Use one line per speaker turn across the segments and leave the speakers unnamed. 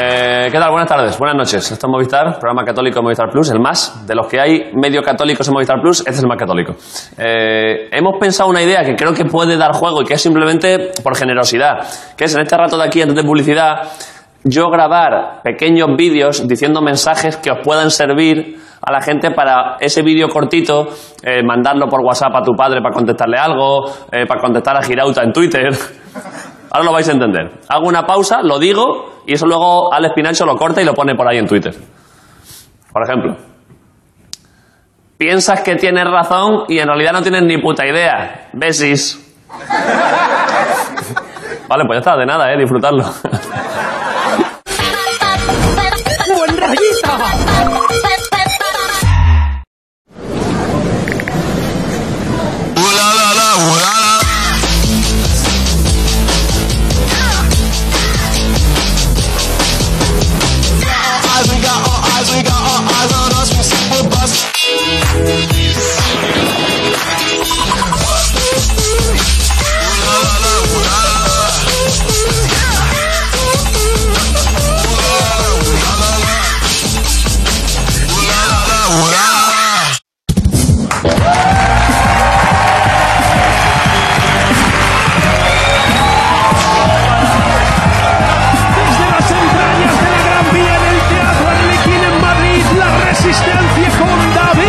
Eh, ¿Qué tal? Buenas tardes, buenas noches. Esto es Movistar, programa católico de Movistar Plus, el más. De los que hay medio católicos en Movistar Plus, este es el más católico. Eh, hemos pensado una idea que creo que puede dar juego y que es simplemente por generosidad, que es en este rato de aquí, antes de publicidad, yo grabar pequeños vídeos diciendo mensajes que os puedan servir a la gente para ese vídeo cortito, eh, mandarlo por WhatsApp a tu padre para contestarle algo, eh, para contestar a Girauta en Twitter. Ahora lo vais a entender. Hago una pausa, lo digo, y eso luego Alex Pinacho lo corta y lo pone por ahí en Twitter. Por ejemplo. Piensas que tienes razón y en realidad no tienes ni puta idea. Besis. Vale, pues ya está, de nada, eh, disfrutarlo.
¡Buen rollito!
Desde las entrañas de la Gran Vía del Teatro Arlequín en Madrid, la resistencia con David.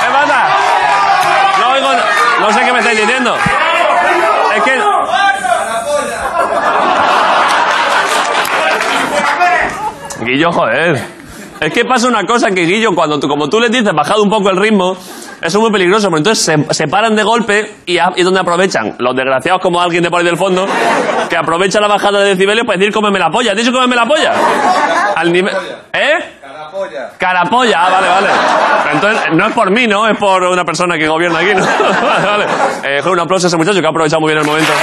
¿Qué pasa? No oigo, no sé qué me estáis diciendo. Es que. Guillo, joder. Es que pasa una cosa que Guillo, cuando tú, como tú les dices, bajado un poco el ritmo, eso es muy peligroso, porque entonces se, se paran de golpe y a- y es donde aprovechan los desgraciados como alguien de por ahí del fondo, que aprovecha la bajada de decibelios para decir cómeme la polla. ¿Has dicho cómeme la polla? Al nivel... ¿Eh? Carapolla, ah, vale, vale. Pero Entonces, no es por mí, ¿no? Es por una persona que gobierna aquí, ¿no? vale, vale. Eh, joder, un aplauso a ese muchacho que ha aprovechado muy bien el momento.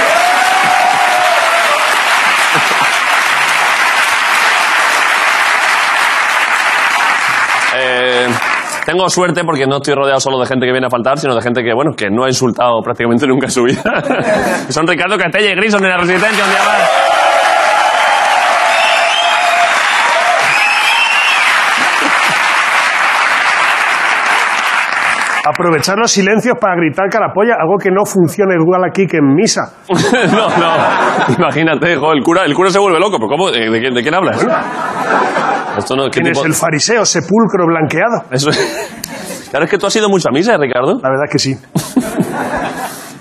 Eh, tengo suerte porque no estoy rodeado solo de gente que viene a faltar, sino de gente que, bueno, que no ha insultado prácticamente nunca en su vida. Son Ricardo Castella y Grison de la Resistencia, un día más.
Aprovechar los silencios para gritar carapolla, algo que no funciona igual aquí que en misa.
no, no. Imagínate, jo, el cura, el cura se vuelve loco. ¿Pero cómo? Eh, ¿De, quién, de quién hablas? Esto no, ¿qué
¿Quién es
tipo-
el fariseo, sepulcro blanqueado?
Eso es- Claro, es que tú has ido mucho a misa, Ricardo.
La verdad es que sí.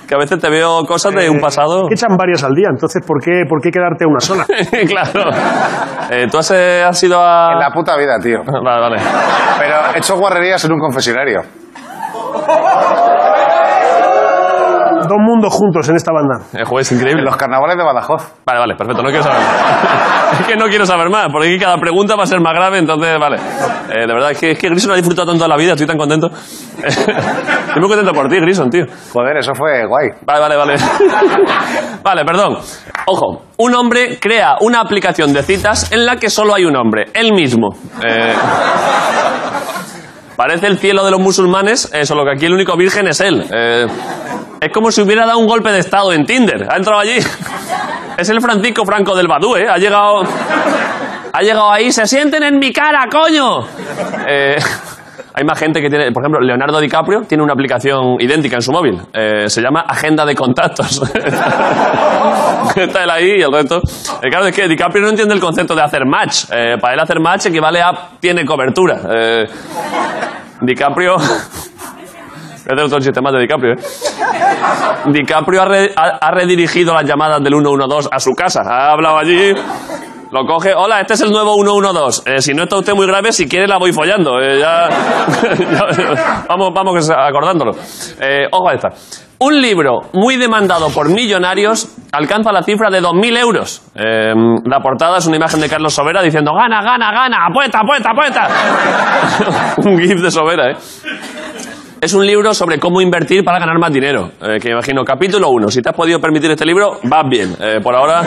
Que a veces te veo cosas de un
Eh,
pasado.
Echan varias al día, entonces ¿por qué, por qué quedarte a una sola?
claro. Eh, tú has, eh, has ido a. Ah,
En la puta vida, tío.
Vale, vale.
Pero he hecho guarrerías en un confesionario.
Dos mundos juntos en esta banda.
El juego Eh, es increíble.
En los carnavales de Badajoz.
Vale, vale, perfecto. No quiero saber más. es que no quiero saber más, porque aquí cada pregunta va a ser más grave, entonces, vale. Eh, de verdad, es que, es que Grison ha disfrutado tanto de la vida, estoy tan contento. estoy muy contento por ti, Grison, tío.
Joder, eso fue guay.
Vale, vale, vale. vale, perdón. Ojo, un hombre crea una aplicación de citas en la que solo hay un hombre, él mismo. Eh, parece el cielo de los musulmanes, eh, solo que aquí el único virgen es él. Eh, es como si hubiera dado un golpe de estado en Tinder. Ha entrado allí. Es el Francisco Franco del Badú, ¿eh? Ha llegado. Ha llegado ahí. ¡Se sienten en mi cara, coño! Eh, hay más gente que tiene. Por ejemplo, Leonardo DiCaprio tiene una aplicación idéntica en su móvil. Eh, se llama Agenda de Contactos. Está él ahí y el resto. Eh, claro, es que DiCaprio no entiende el concepto de hacer match. Eh, para él, hacer match equivale a. tiene cobertura. Eh, DiCaprio. Es de otro sistema de DiCaprio, ¿eh? DiCaprio ha, re- ha- ha redirigido las llamadas del 112 a su casa. Ha hablado allí. Lo coge. Hola, este es el nuevo 112. Eh, si no está usted muy grave, si quiere la voy follando. Eh, ya, ya- vamos, vamos que se- acordándolo. Eh, ojo a esta. Un libro muy demandado por millonarios alcanza la cifra de 2.000 euros. Eh, la portada es una imagen de Carlos Sobera diciendo gana, gana, gana, apuesta, apuesta, apuesta. Un gif de Sobera, ¿eh? Es un libro sobre cómo invertir para ganar más dinero. eh, que me imagino, capítulo 1. Si te has podido permitir este libro, vas bien. Eh, por ahora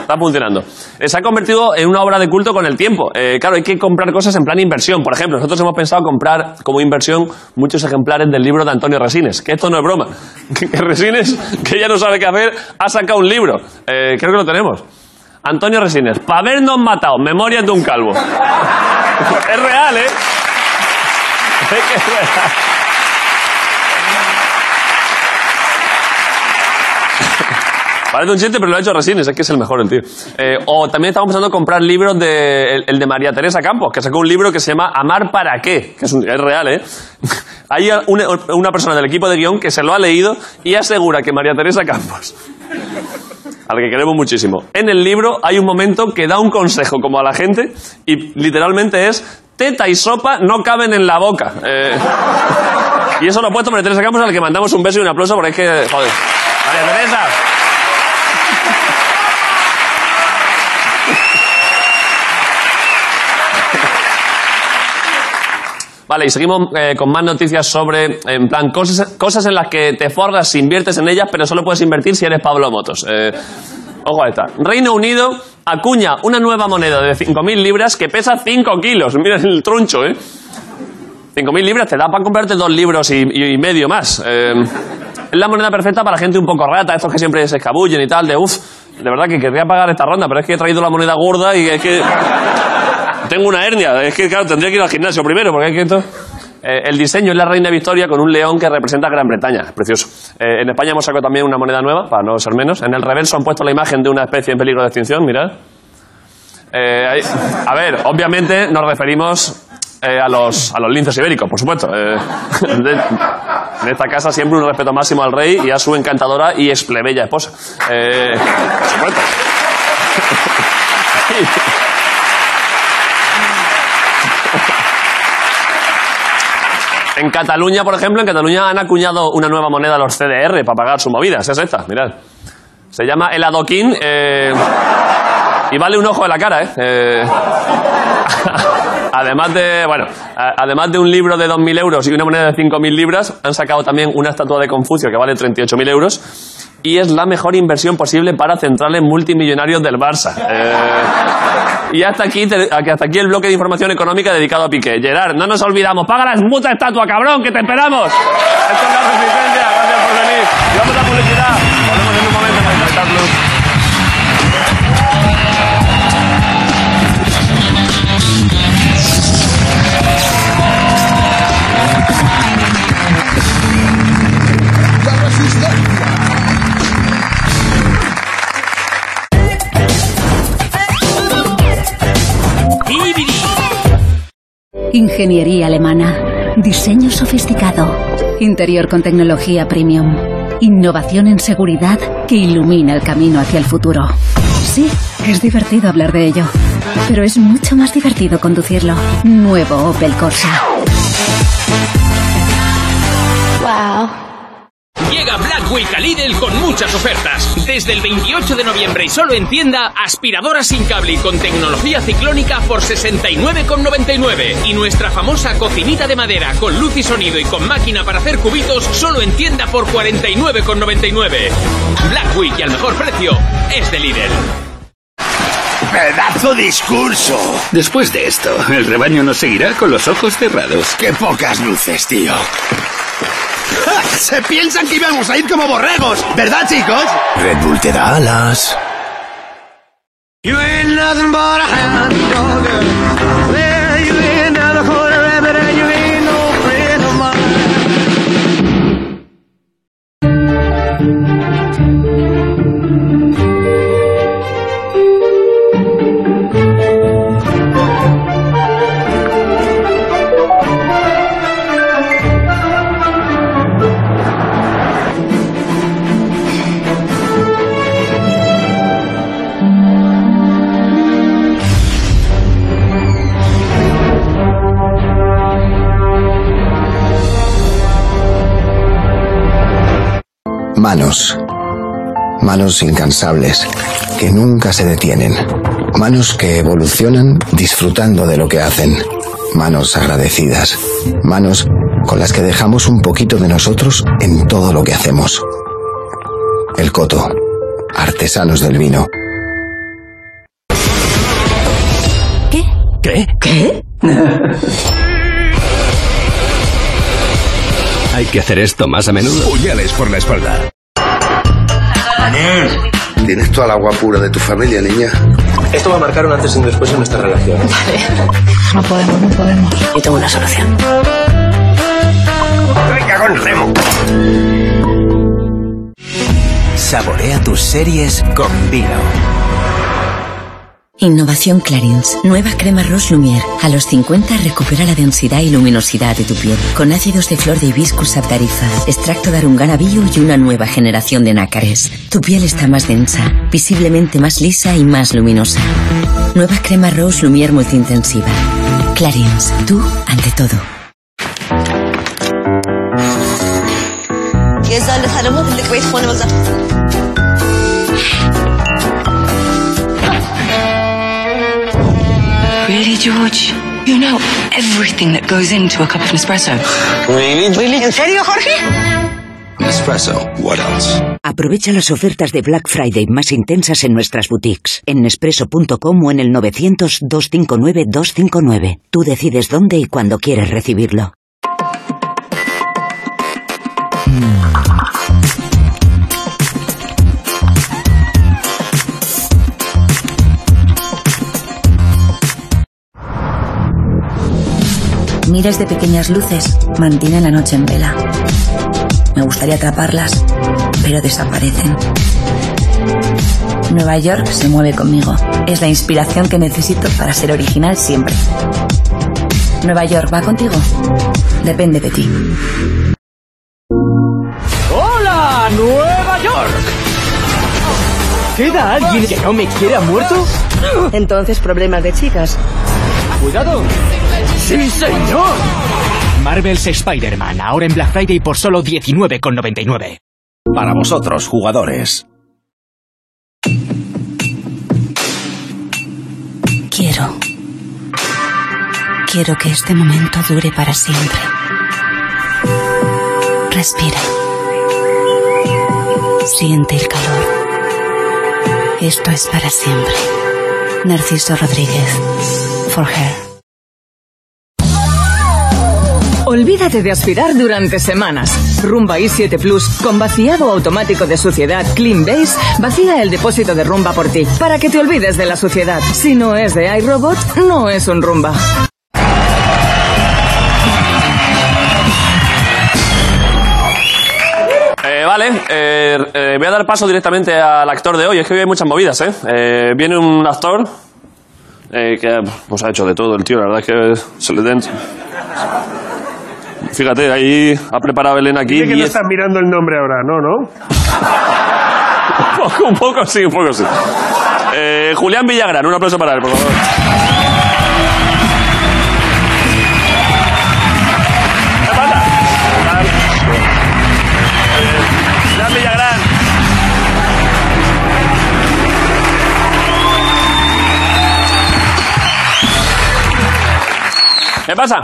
está funcionando. Eh, se ha convertido en una obra de culto con el tiempo. Eh, claro, hay que comprar cosas en plan inversión. Por ejemplo, nosotros hemos pensado comprar como inversión muchos ejemplares del libro de Antonio Resines. Que esto no es broma. Que Resines, que ya no sabe qué hacer, ha sacado un libro. Eh, creo que lo tenemos. Antonio Resines, para habernos matado, memorias de un calvo. es real, ¿eh? Es que es real. Parece un chiste, pero lo ha hecho Resines, es que es el mejor el tío. Eh, o también estamos pensando en comprar libros de el, el de María Teresa Campos, que sacó un libro que se llama Amar para qué, que es, un- es real, ¿eh? Hay una, una persona del equipo de guión que se lo ha leído y asegura que María Teresa Campos, al que queremos muchísimo, en el libro hay un momento que da un consejo como a la gente y literalmente es teta y sopa no caben en la boca. Eh, y eso lo ha puesto María Teresa Campos, al que mandamos un beso y un aplauso porque es que, joder, María Teresa. Vale, y seguimos eh, con más noticias sobre, en plan, cosas, cosas en las que te forras si inviertes en ellas, pero solo puedes invertir si eres Pablo Motos. Eh, ojo a esta. Reino Unido acuña una nueva moneda de 5.000 libras que pesa 5 kilos. Mira el troncho, ¿eh? 5.000 libras te da para comprarte dos libros y, y- y medio más. Eh, es la moneda perfecta para gente un poco rata, estos que siempre se escabullen y tal, de uff, de verdad que querría pagar esta ronda, pero es que he traído la moneda gorda y es que... Tengo una hernia, es que claro, tendría que ir al gimnasio primero, porque es que esto... Eh, el diseño es la reina Victoria con un león que representa a Gran Bretaña, es precioso. Eh, en España hemos sacado también una moneda nueva, para no ser menos. En el reverso han puesto la imagen de una especie en peligro de extinción, mirad. Eh, hay- a ver, obviamente nos referimos eh, a, los, a los linces ibéricos, por supuesto. Eh, de- en esta casa siempre un respeto máximo al rey y a su encantadora y esplebeya esposa. Eh, por supuesto. En Cataluña, por ejemplo, en Cataluña han acuñado una nueva moneda a los CDR para pagar sus movidas. Es esta, mirad. Se llama el adoquín eh, y vale un ojo de la cara, ¿eh? Eh, además, de, bueno, a- además de un libro de 2.000 euros y una moneda de 5.000 libras, han sacado también una estatua de Confucio que vale 38.000 euros y es la mejor inversión posible para centrales multimillonarios del Barça. Eh, y hasta aquí, te- hasta aquí el bloque de información económica dedicado a Piqué. Gerard, no nos olvidamos, paga las puta estatua, cabrón, que te esperamos. Esto es la resistencia, gracias por venir. Y vamos a publicidad. Volvemos en un momento con Movistar Plus.
Ingeniería alemana. Diseño sofisticado. Interior con tecnología premium. Innovación en seguridad que ilumina el camino hacia el futuro. Sí, es divertido hablar de ello, pero es mucho más divertido conducirlo. Nuevo Opel Corsa.
Wow.
Llega Black Week a Lidl con muchas ofertas. Desde el 28 de noviembre y solo en tienda, aspiradora sin cable y con tecnología ciclónica por 69,99. Y nuestra famosa cocinita de madera con luz y sonido y con máquina para hacer cubitos solo en tienda por 49,99. Black Week y al mejor precio es de Lidl.
¡Pedazo discurso! Después de esto, el rebaño nos seguirá con los ojos cerrados. ¡Qué pocas luces, tío!
Se piensan que íbamos a ir como borregos, ¿verdad, chicos?
Red Bull te da alas.
You ain't nothing but a hound dog. Well, you ain't another quarter rabbit and you ain't no friend of mine.
Manos. Manos incansables, que nunca se detienen. Manos que evolucionan disfrutando de lo que hacen. Manos agradecidas. Manos con las que dejamos un poquito de nosotros en todo lo que hacemos. El Coto, artesanos del vino.
¿Qué?
¿Qué?
¿Qué?
Hay que hacer esto más a menudo. Puñales por la espalda.
Tienes toda la agua pura de tu familia, niña.
Esto va a marcar un antes y un después en nuestra relación.
No podemos, no podemos.
Yo tengo una solución.
Saborea tus series con vino.
Innovación Clarins. Nueva crema Rose Lumière. A los 50 recupera la densidad y luminosidad de tu piel. Con ácidos de flor de hibiscus saftarifa, extracto de arungana bio y una nueva generación de nácares. Tu piel está más densa, visiblemente más lisa y más luminosa. Nueva crema Rose Lumière multiintensiva. Clarins. Tú ante todo.
Really, George? You know everything that goes into a cup of Nespresso.
Espresso. What else?
Aprovecha las ofertas de Black Friday más intensas en nuestras boutiques, en Nespresso.com o en el 900-259-259. Tú decides dónde y cuándo quieres recibirlo.
Miles de pequeñas luces mantienen la noche en vela. Me gustaría atraparlas, pero desaparecen. Nueva York se mueve conmigo. Es la inspiración que necesito para ser original siempre. Nueva York va contigo. Depende de ti.
¡Hola, Nueva York! ¿Queda alguien que no me quiera muerto?
Entonces, problemas de chicas.
¡Cuidado! ¡Sí, señor!
Marvel's Spider-Man, ahora en Black Friday por solo 19,99.
Para vosotros, jugadores.
Quiero. Quiero que este momento dure para siempre. Respira. Siente el calor. Esto es para siempre. Narciso Rodríguez. For her.
Olvídate de aspirar durante semanas. Rumba i7 Plus con vaciado automático de suciedad Clean Base vacía el depósito de rumba por ti para que te olvides de la suciedad. Si no es de iRobot, no es un rumba.
Eh, vale, eh, eh, voy a dar paso directamente al actor de hoy. Es que hoy hay muchas movidas, ¿eh? Eh, viene un actor eh, que pues, ha hecho de todo el tío, la verdad es que se le den... Fíjate, ahí ha preparado Elena aquí.
Dice que no
diez-
estás mirando el nombre ahora, ¿no? ¿No?
Un poco, un poco sí, un poco sí. Eh, Julián Villagrán, un aplauso para él, por favor. ¿Qué pasa? Eh, Julián Villagrán. ¿Qué pasa?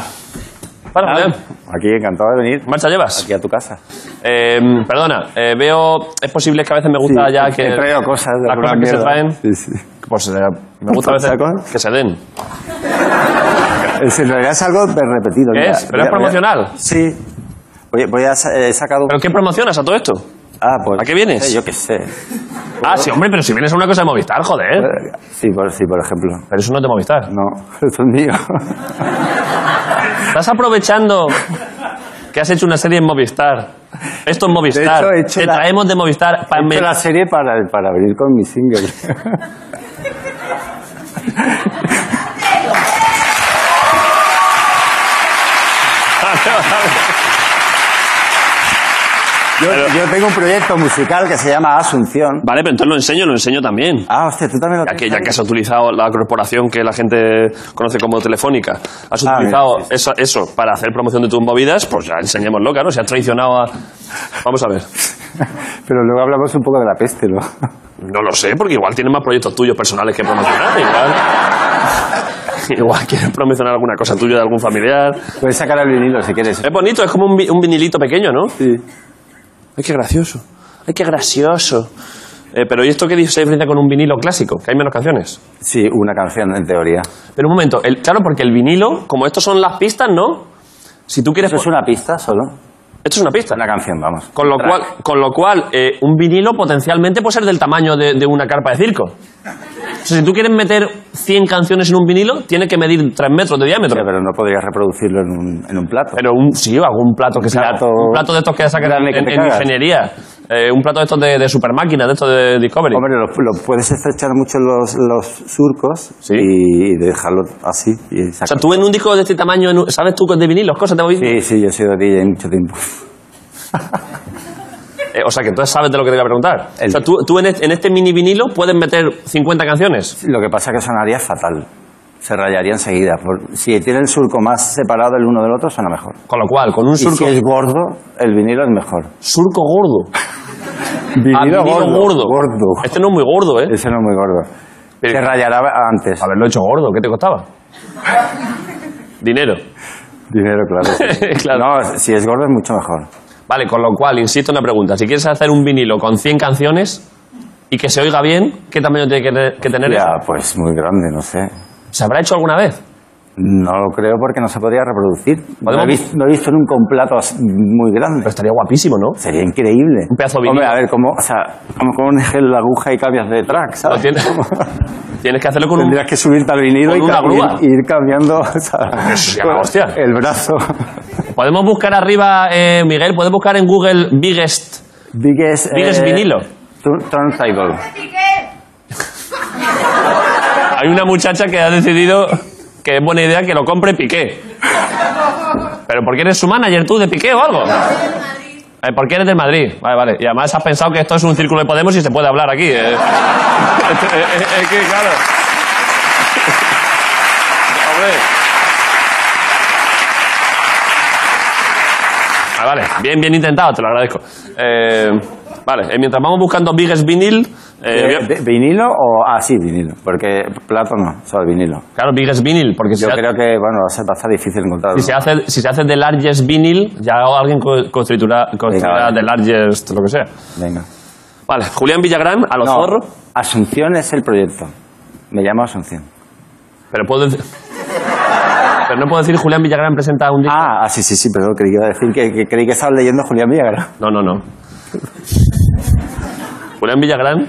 Pasa, Julián.
Aquí encantado de venir.
¿Marcha llevas?
Aquí a tu casa.
Eh, perdona, eh, veo. Es posible que a veces me gusta
Sí,
Ah, ya
he
que.
traído cosas de
las
alguna
cosas que se
mierda.
traen.
Sí, sí.
Pues eh, me gusta a veces
¿Sacos?
que se den.
Es- En realidad es algo de repetido.
¿Qué es? ¿Pero es promocional?
Sí. Oye, voy a sa- eh, he sacado un...
¿Pero qué promocionas a todo esto?
Ah, pues,
¿A qué vienes?
eh, yo qué sé.
Ah, sí, hombre, pero si vienes a una cosa de Movistar, joder.
Eh, Sí por, sí, por ejemplo.
Pero eso no es de Movistar.
No, esto es mío.
Estás aprovechando que has hecho una serie en Movistar. Esto es Movistar.
De hecho, he hecho
Te
la-
traemos de Movistar para
He hecho la serie para, para abrir con mi single.
Yo, yo tengo un proyecto musical que se llama Asunción.
Vale, pero entonces lo enseño, lo enseño también.
Ah, hostia, tú también lo
Ya que, ya que
tienes
has utilizado la corporación que la gente conoce como Telefónica, has
Ah,
utilizado esa- eso, para hacer promoción de tus movidas, pues ya enseñémoslo, claro. Si has traicionado a. Vamos a ver.
Pero luego hablamos un poco de la peste, ¿no?
No lo sé, porque igual tiene más proyectos tuyos personales que promocionar. igual. Igual quieres promocionar alguna cosa tuya de algún familiar.
Puedes sacar el vinilo si quieres.
Es bonito, es como un, vi- un vinilito pequeño, ¿no? Sí. Ay, qué gracioso. Ay, qué gracioso. Eh, pero ¿y esto qué dice diferencia con un vinilo clásico? Que hay menos canciones.
Sí, una canción en teoría.
Pero un momento, el- claro, porque el vinilo, como estos son las pistas, ¿no? Si tú quieres...
¿Eso es una pista solo?
Esto es una pista. Una
canción, vamos.
Con lo
Track.
cual, con lo cual eh, un vinilo potencialmente puede ser del tamaño de, de una carpa de circo. O sea, si tú quieres meter 100 canciones en un vinilo, tiene que medir 3 metros de diámetro.
pero no podrías reproducirlo en un, en un plato.
Pero un, sí, algún plato que sea... Un plato de estos que sacan en,
Grande que te
en
cagas.
ingeniería. Eh, un plato de estos de, de super máquina, de estos de Discovery.
Hombre, lo, lo puedes estrechar mucho los, los surcos y dejarlo así. Y
o sea, tú en un disco de este tamaño, en un- ¿sabes tú de vinilos? Cosas, te voy
Sí, sí, yo he sido DJ mucho tiempo.
Eh, o sea, que entonces sabes de lo que te voy a preguntar. O sea, tú, tú en, este, en este mini vinilo puedes meter 50 canciones.
Lo que pasa es que sonaría fatal. Se rayaría enseguida. Por- si tiene el surco más separado el uno del otro, suena mejor.
Con lo cual, con un
Y
surco-
si es gordo, el vinilo es mejor.
Surco gordo.
Vinilo,
Ah, vinilo gordo.
gordo.
Este no es muy gordo, ¿eh?
Ese no es muy gordo. Se rayará antes.
Haberlo hecho gordo, ¿qué te costaba? Dinero.
Dinero, claro.
claro.
No, si es gordo es mucho mejor.
Vale, con lo cual, insisto en una pregunta. Si quieres hacer un vinilo con 100 canciones y que se oiga bien, ¿qué tamaño tiene que, te- que tener
Ya,
eso?
pues muy grande, no sé.
¿Se habrá hecho alguna vez?
No lo creo porque no se podría reproducir. No he,
Podemos-
vis- no he visto nunca un plato as- muy grande. Pero
estaría guapísimo, ¿no?
Sería increíble. Un
pedazo
de Hombre, a ver, como, o sea, como pones la aguja y cambias de track, ¿sabes?
tienes, tienes que hacerlo con
Tendrías que subirte al vinilo
con
y,
una
ca-
grúa. Ah,
ir, ir cambiando o sea,
Eso sería la
con
hostia.
el brazo.
Podemos buscar arriba, eh, Miguel, puedes buscar en Google Biggest.
Biggest,
Biggest vinilo.
tur- Turntable.
Hay una muchacha que ha decidido que es buena idea que lo compre Piqué. ¿Pero por qué eres su manager tú de Piqué o algo? Eh, ¿Por qué eres del Madrid? Vale, vale. Y además has pensado que esto es un círculo de Podemos y se puede hablar aquí. eh. Es es- es que, claro. Hombre. Ah, vale, bien, bien intentado, te lo agradezco. Eh, vale, eh, mientras vamos buscando Biggest Vinyl... eh, voy a-
Eh, de- ¿Vinilo o...? Ah, sí, vinilo. Porque plato no, solo vinilo.
Claro, Biggest Vinyl, porque si
Yo
ha-
creo que, bueno, va a ser, va a ser difícil encontrarlo.
Si se, hace, si se hace The Largest Vinyl, ya alguien co- constituirá, constituirá
vale.
The Largest, lo que sea.
Venga.
Vale, Julián Villagrán, a los
No,
zorros.
Asunción es el proyecto. Me llamo Asunción.
Pero puedo decir... Pero no puedo decir Julián Villagrán presenta un disco.
Ah, ah, sí, sí, sí, perdón, creí que iba a decir que, que creí que estabas leyendo Julián Villagrán.
No, no, no. Julián Villagrán,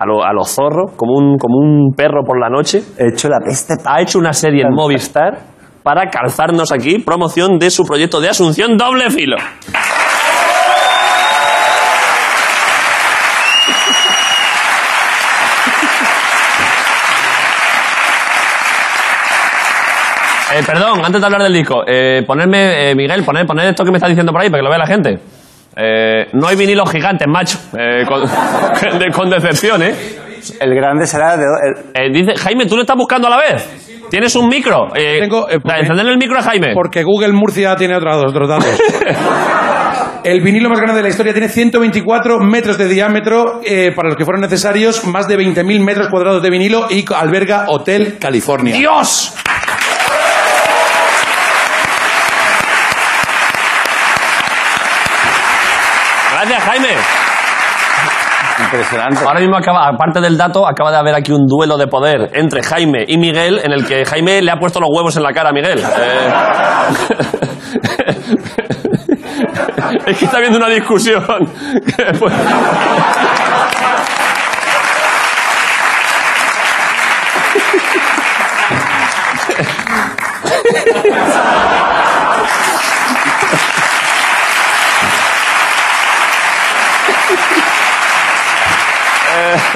a los a lo zorros, como un, como un perro por la noche.
hecho la peste.
Ha hecho una serie en Movistar para calzarnos aquí, promoción de su proyecto de Asunción Doble Filo. Eh, perdón, antes de hablar del disco, eh, ponerme, eh, Miguel, poner, poner esto que me está diciendo por ahí para que lo vea la gente. Eh, no hay vinilos gigantes, macho. Eh, con, de- con decepción, ¿eh?
El grande será de.
Eh, dice, Jaime, tú lo estás buscando a la vez. Tienes un micro. Eh, dale, encender el micro a Jaime.
Porque Google Murcia tiene otros datos. Otros datos. El vinilo más grande de la historia tiene 124 metros de diámetro, eh, para los que fueron necesarios, más de 20.000 metros cuadrados de vinilo y alberga Hotel California.
¡Dios! Gracias, Jaime.
Impresionante.
Ahora mismo acaba, aparte del dato, acaba de haber aquí un duelo de poder entre Jaime y Miguel, en el que Jaime le ha puesto los huevos en la cara a Miguel. Eh, es que está habiendo una discusión. Eh, pues, que fue-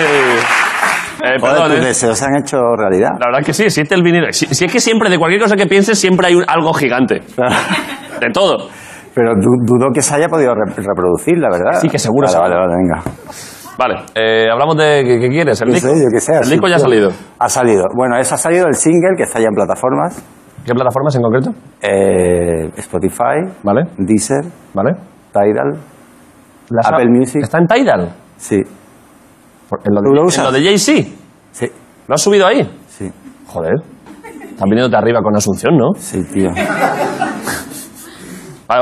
Eh, eh, perdón,
Joder, tus
eh.
deseos se han hecho realidad.
La verdad es que sí, existe el vinilo. Si, si es que siempre, de cualquier cosa que pienses, siempre hay un- algo gigante. De todo.
Pero du- dudo que se haya podido re- reproducir, la verdad.
Sí, que seguro,
Vale,
seguro.
vale, vale, venga.
Vale, eh, hablamos de. ¿qué, qué quieres? ¿El
No
disco?
sé, yo qué sé,
El
así,
disco ya ha
tío.
salido.
Ha salido. Bueno, eso ha salido el single que está ya en plataformas.
¿Qué plataformas en concreto?
Eh, Spotify.
Vale.
Deezer.
Vale.
Tidal.
Las-
Apple Music.
¿Está en Tidal?
Sí.
¿En lo de,
¿Tú lo
en
usas?
lo de Jay-Z?
Sí.
¿Lo has subido ahí?
Sí.
Joder. Estás viniéndote arriba con Asunción, ¿no?
Sí, tío.
Vale,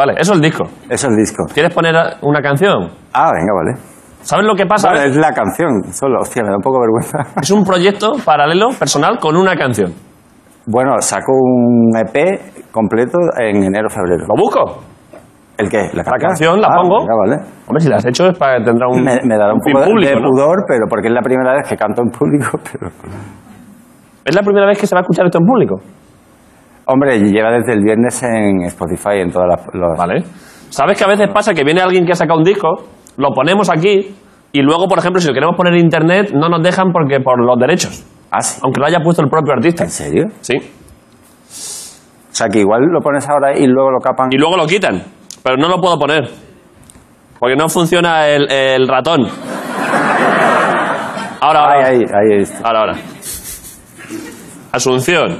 vale. Eso es el disco.
Eso es el disco.
¿Quieres poner a- una canción?
Ah, venga, vale.
¿Sabes lo que pasa?
Vale, es la canción, solo. Hostia, me da un poco vergüenza.
Es un proyecto paralelo, personal, con una canción.
Bueno, saco un EP completo en enero-febrero. ¿Lo
busco?
¿El qué? ¿La canción?
canción la
Ah,
pongo.
venga, vale.
Hombre, si la has hecho es para tendrá un,
Me, me dará un,
fin
poco de-
público,
de
¿no?
pudor, pero porque es la primera vez que canto en público. Pero...
¿Es la primera vez que se va a escuchar esto en público?
Hombre, lleva desde el viernes en Spotify, en todas las... las-
Vale. ¿Sabes que a veces pasa que viene alguien que ha sacado un disco, lo ponemos aquí y luego, por ejemplo, si lo queremos poner en internet, no nos dejan porque por los derechos. Aunque lo haya puesto el propio artista. ¿En
Ah, serio?
Sí.
O sea, que igual lo pones ahora y luego lo capan.
Y luego lo quitan. Pero no lo puedo poner. Porque no funciona el, el ratón. Ahora, ahora.
Ahí, ahí,
Ahora, ahora. Asunción.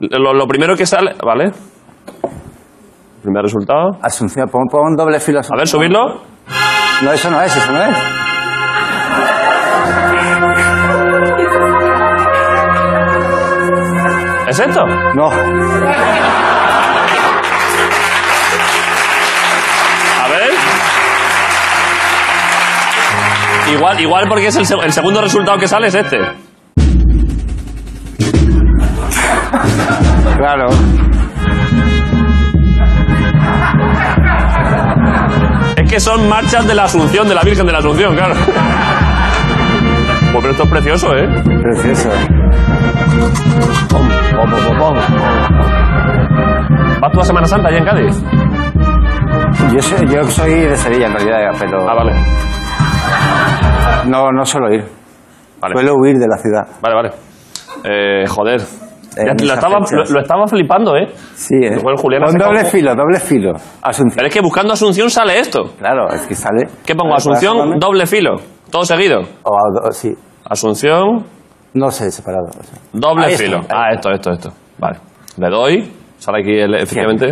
Lo, lo primero que sale. Vale. Primer resultado.
Asunción, pon, pon doble filo.
A ver, subirlo.
No, eso no es, eso no es.
¿Es esto?
No.
A ver. Igual, igual porque es el, seg- el segundo resultado que sale es este.
Claro.
Es que son marchas de la Asunción, de la Virgen de la Asunción, claro. Pues pero esto es precioso, ¿eh?
Precioso.
¿Vas tú a Semana Santa allá en Cádiz?
Yo soy, yo soy de Sevilla, en realidad, pero...
Ah, vale.
No, no suelo ir. Suelo huir de la ciudad.
Vale, vale. Eh, joder.
En
Ya te- lo,
esas
estaba, lo,
fechas.
lo estaba flipando, ¿eh?
Sí, ¿eh?
Luego el Julián ha
Con
sacado
doble
un-
filo, doble filo. Asunción.
Pero es que buscando Asunción sale esto.
Claro, es que sale...
¿Qué pongo?
Vale,
Asunción,
pásame.
doble filo. Todo seguido.
O a do- sí.
Asunción,
No sé, separado. o sea.
doble
Ahí está,
filo.
ahí
ah, esto, esto, esto. Vale. Le doy. Sale aquí, el, efectivamente.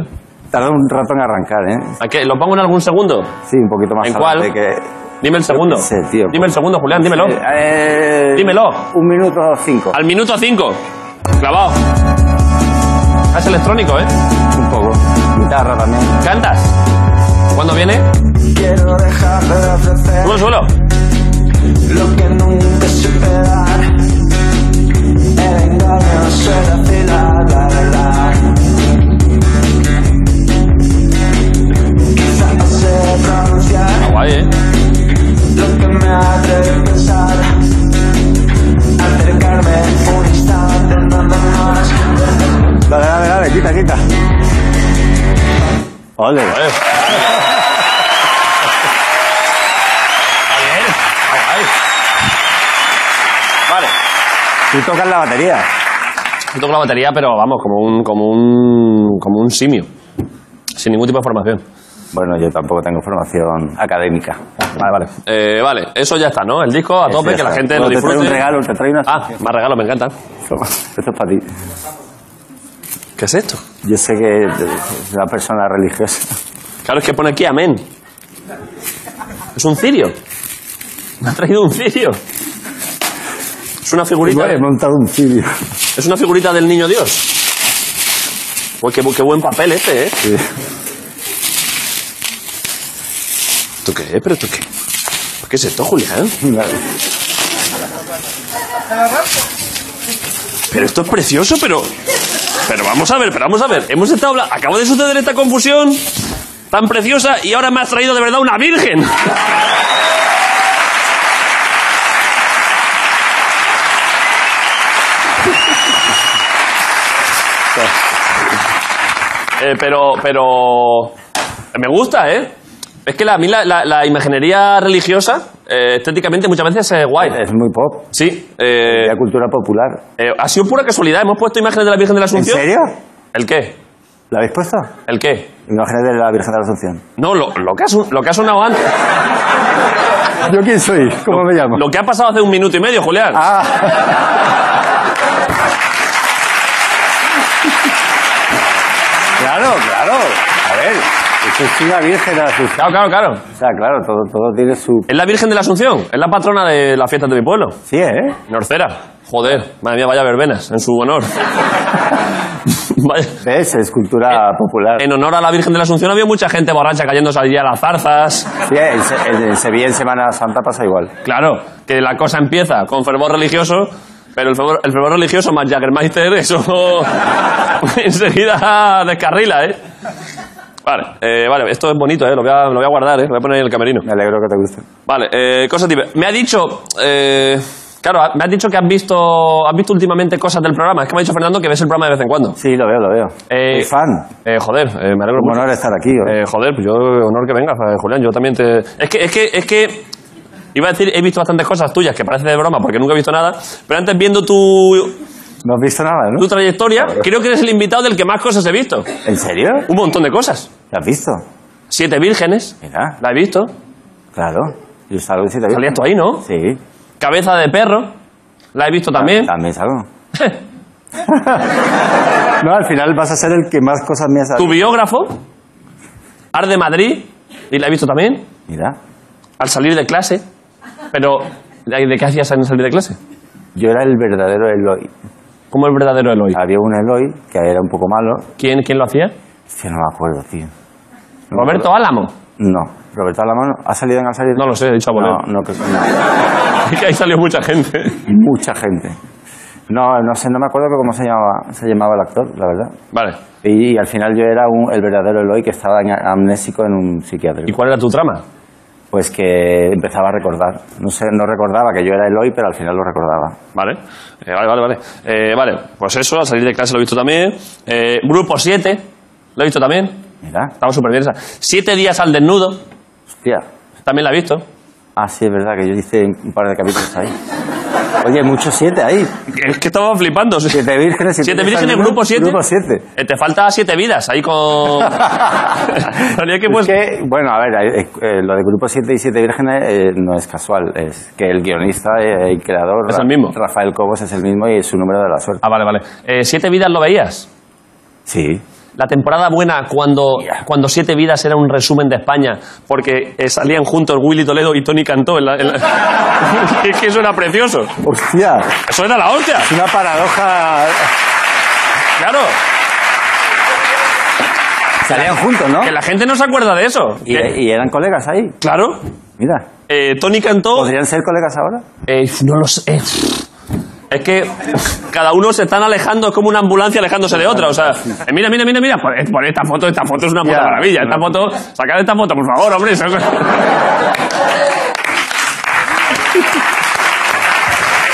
Tarda un rato en arrancar, ¿eh?
¿A qué? ¿Lo pongo en algún segundo?
Sí, un poquito más
¿En
adelante
cuál? Dime el segundo. Dime el segundo, Julián,
que...
dímelo.
Eh,
Dímelo.
Un minuto cinco.
Al minuto 5. Clavado. Ah, Es electrónico, ¿eh?
Un poco. Guitarra también.
¿Cantas? ¿Cuándo viene?
Quiero dejar de ofrecer
Sube, suelo.
lo que nunca supe dar. El engaño suele afilar la verdad. Quizá no sé pronunciar
Guay, ¿eh?
lo que me hace pensar. Acercarme un instante, nada más.
Dale, dale, dale, quita, quita. Ole.
Vale.
Tú tocas la batería.
Yo toco la batería, pero vamos, como un, como un, como un simio. Sin ningún tipo de formación.
Bueno, yo tampoco tengo formación académica.
Vale, vale. Eh, vale, eso ya está, ¿no? El disco a
Eso
tope,
ya
que la
está.
gente lo
Bueno, te
disfrute.
traigo un regalo, te traigo una
Ah, más regalos, me encantan.
Esto es para ti.
¿Qué es esto?
Yo sé que es una persona religiosa.
Claro, es que pone aquí amén. Es un cirio. Me ha traído un cirio. Es una figurita.
He montado un cirio.
Es una figurita del niño Dios. Pues qué, bu- qué buen papel este, ¿eh? ¿Tú qué? ¿Pero tú qué? ¿Qué es esto, Julián? Pero esto es precioso, pero. Pero vamos a ver, pero vamos a ver. Hemos estado habla- Acabo de suceder esta confusión tan preciosa y ahora me has traído de verdad una virgen. Eh, pero, pero. Me gusta, ¿eh? Es que la, a mí la, la- la imaginería religiosa, eh, estéticamente, muchas veces es guay.
Es muy pop.
Sí. Eh,
La cultura popular.
eh, ha sido pura casualidad. Hemos puesto imágenes de la Virgen de la Asunción.
¿En serio?
¿El qué?
¿La habéis puesto?
¿El qué?
Imágenes de la Virgen de la Asunción.
No, lo, lo que ha su- lo que ha sonado antes.
¿Yo quién soy? ¿Cómo me llamo?
Lo que ha pasado hace un minuto y medio, Julián.
Ah. Claro, claro. A ver, esto es una Virgen de la Asunción.
Claro, claro, claro.
O sea, claro, todo, todo tiene su...
Es la Virgen de la Asunción. Es la patrona de las fiestas de mi pueblo.
Sí, ¿eh?
Norcera. Joder, madre mía, vaya verbenas, en su honor.
¿Ves? Escultura
Eh.
popular.
En honor a la Virgen de la Asunción había mucha gente borracha cayéndose allí a las zarzas.
Sí, en, Se- en- en Sevilla en Semana Santa pasa igual.
Claro, que la cosa empieza con fervor religioso, pero el fervor, el fervor religioso más Jaggermeister, eso enseguida descarrila, ¿eh? Vale, eh, vale, esto es bonito, ¿eh? Lo voy a, lo voy a guardar, ¿eh? Lo voy a poner en el camerino.
Me alegro que te guste.
Vale, eh, cosa tipo, me ha dicho, eh, claro, ha- me has dicho que has visto, has visto últimamente cosas del programa. Es que me ha dicho Fernando que ves el programa de vez en cuando.
Sí, lo veo, lo veo.
Eh,
fan.
Eh, joder, eh, me alegro
Un
mucho.
honor estar aquí. ¿o?
Eh, joder, pues yo, honor que vengas, eh, Julián, yo también te... Es que, es que, es que... Iba a decir, he visto bastantes cosas tuyas, que parece de broma, porque nunca he visto nada, pero antes viendo tu,
No has visto nada, ¿no?
tu trayectoria, creo que eres el invitado del que más cosas he visto.
¿En serio?
Un montón de cosas.
¿Lo has visto?
Siete vírgenes,
Mira,
la he visto.
claro. Yo salgo y sí te
Salías tú ahí, ¿no?
Sí.
Cabeza de perro, la he visto también.
También salgo. no, al final vas a ser el que más cosas me ha
Tu
salido.
biógrafo, Ar de Madrid, y la he visto también.
Mira,
Al salir de clase, pero... ¿De qué hacías en salir de clase?
yo era el verdadero Eloy.
¿Cómo el verdadero Eloy?
Había un Eloy que era un poco malo.
¿Quién, quién lo hacía?
Sí, no me acuerdo, tío. No me
Roberto
acuerdo.
Álamo.
No. ¿Roberto Alamano ha salido en Al salir?
No lo sé, he dicho a
No,
volver.
no, que- no.
Es que ahí salió mucha gente.
Mucha gente. No, no sé, no me acuerdo que cómo se llamaba, se llamaba el actor, la verdad.
Vale.
Y al final yo era un- el verdadero Eloy que estaba en- amnésico en un psiquiátrico.
¿Y cuál era tu trama?
Pues que empezaba a recordar. No sé, no recordaba que yo era Eloy, pero al final lo recordaba.
Vale. Eh, vale, vale, vale. Eh, vale, pues eso, al salir de clase lo he visto también. Eh, grupo 7, lo he visto también.
Mira,
Estamos súper bien esa. Siete días al desnudo,
hostia.
también la he visto.
Ah, sí, es verdad que yo hice un par de capítulos ahí. Oye, muchos siete ahí.
Es que estaba flipando.
Siete vírgenes.
Siete vírgenes,
salidos,
grupo siete.
Grupo siete.
Eh, te falta siete vidas ahí con... Habría que,
Es
pues,
que, bueno, a ver, eh, eh, lo de Grupo 7 y 7 Vírgenes eh, no es casual. Es que el guionista eh, y creador
Es el
Ra-
mismo.
Rafael Cobos es el mismo y es su número de la suerte.
Ah, vale, vale. Eh, siete vidas lo veías.
Sí.
La temporada buena cuando, cuando Siete Vidas era un resumen de España, porque eh, salían juntos Willy Toledo y Tony Cantó. en la- en la- es que eso era precioso.
Hostia,
Eso era la hostia.
es una paradoja.
Claro,
Salían juntos, ¿no?
que la gente no se acuerda de eso.
Y,
Que-
y eran colegas ahí.
claro,
Mira,
eh, Tony Cantó.
¿podrían ser colegas ahora?
eh, no lo sé. Es que cada uno se están alejando, es como una ambulancia alejándose de otra. O sea, eh, mira, mira, mira, mira. Por, por esta foto, esta foto es una puta
Ya.
maravilla. Esta foto, sacad esta foto, por favor, hombre. Eso-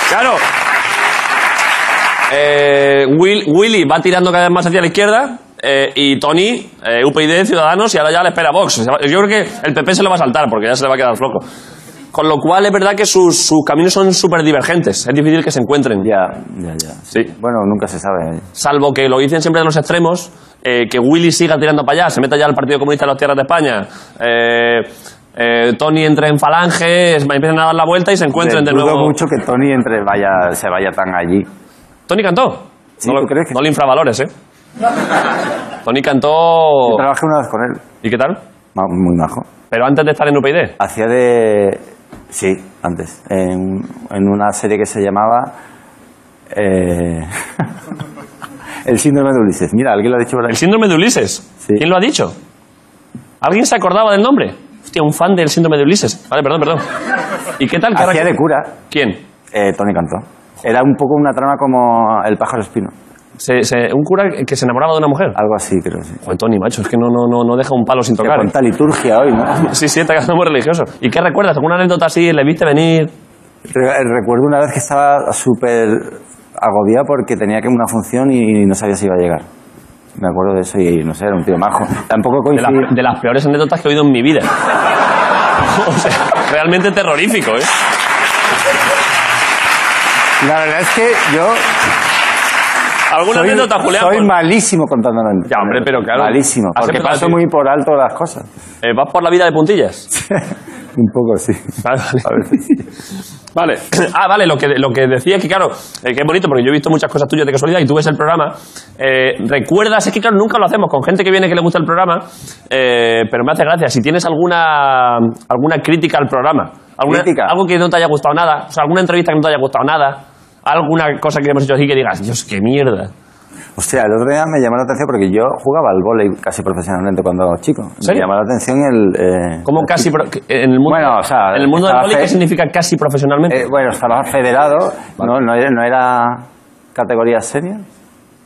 Claro. Eh, Will- Willy va tirando cada vez más hacia la izquierda eh, y Tony, eh, UPyD, Ciudadanos, y ahora ya le espera Vox. O sea, Yo creo que el PP se lo va a saltar porque ya se le va a quedar flojo. Con lo cual es verdad que sus, sus caminos son súper divergentes. Es difícil que se encuentren.
Ya, ya, ya.
Sí.
Bueno, nunca se sabe.
Salvo que lo dicen siempre de los extremos, eh, que Willy siga tirando para allá, se meta ya al Partido Comunista de las Tierras de España. eh, eh, Tony entra en falange, es- empiezan a dar la vuelta y se encuentren de
Dudo
nuevo.
mucho que Tony entre vaya, se vaya tan allí.
Tony cantó.
Sí,
no, lo,
¿tú crees que
no
sí?
le infravalores, ¿eh? Tony
Yo
cantó.
trabajé una vez con él.
¿Y qué tal?
Ma- Muy majo.
Pero antes de estar en UPyD.
Hacía de. Sí, antes. En, en una serie que se llamaba. eh, El síndrome de Ulises. Mira, alguien lo ha dicho por ahí.
El síndrome de Ulises.
Sí.
¿Quién lo ha dicho? ¿Alguien se acordaba del nombre? Hostia, un fan del síndrome de Ulises. Vale, perdón, perdón. ¿Y qué tal? ¿Qué
Hacía
ahora-
de cura,
¿Quién?
eh, Tony Cantó. Era un poco una trama como El pájaro espino.
Se- se- un cura que se enamoraba de una mujer.
Algo así, creo. Sí.
Joder, Tony, macho, es que no, no, no, no deja un palo sin
Que
tocar. ¿eh?
cuenta liturgia hoy, ¿no?
Sí, sí, está quedando muy religioso. ¿Y qué recuerdas? ¿Alguna anécdota así? ¿Le viste venir?
Re- Recuerdo una vez que estaba súper agobiado porque tenía que una función y no sabía si iba a llegar. Me acuerdo de eso y no sé, era un tío majo. Tampoco
De,
coincidía.
las- de las peores anécdotas que he oído en mi vida. O sea, realmente terrorífico, ¿eh?
La verdad es que yo
¿Alguna
soy,
anécdota, Julián? Pues,
soy
Por-
malísimo contando anécdotas.
Ya, hombre, pero claro.
Malísimo,
Has
porque
empezado
paso
así.
muy por alto las cosas.
Eh, ¿Vas por la vida de puntillas?
Un poco, sí.
Vale,
A
vale.
ver.
Vale. Ah, vale, lo que, lo que decía es que, claro, eh, que es bonito porque yo he visto muchas cosas tuyas de casualidad y tú ves el programa. eh, recuerdas, es que, claro, nunca lo hacemos con gente que viene que le gusta el programa, eh, pero me hace gracia. Si tienes alguna, alguna crítica al programa, alguna,
¿Crítica?
algo que no te haya gustado nada, o sea, alguna entrevista que no te haya gustado nada, alguna cosa que hemos hecho aquí que digas, Dios, qué mierda.
Hostia, el otro día me llamó la atención porque yo jugaba al volei casi profesionalmente cuando chico. Me llamó la atención el... Eh,
¿Cómo casi pro- que- en el mundo,
Bueno, o sea,
en el mundo del
estaba
vóley,
fe-
qué significa casi profesionalmente?
eh, bueno, estaba federado, no, no, era, no era categoría senior.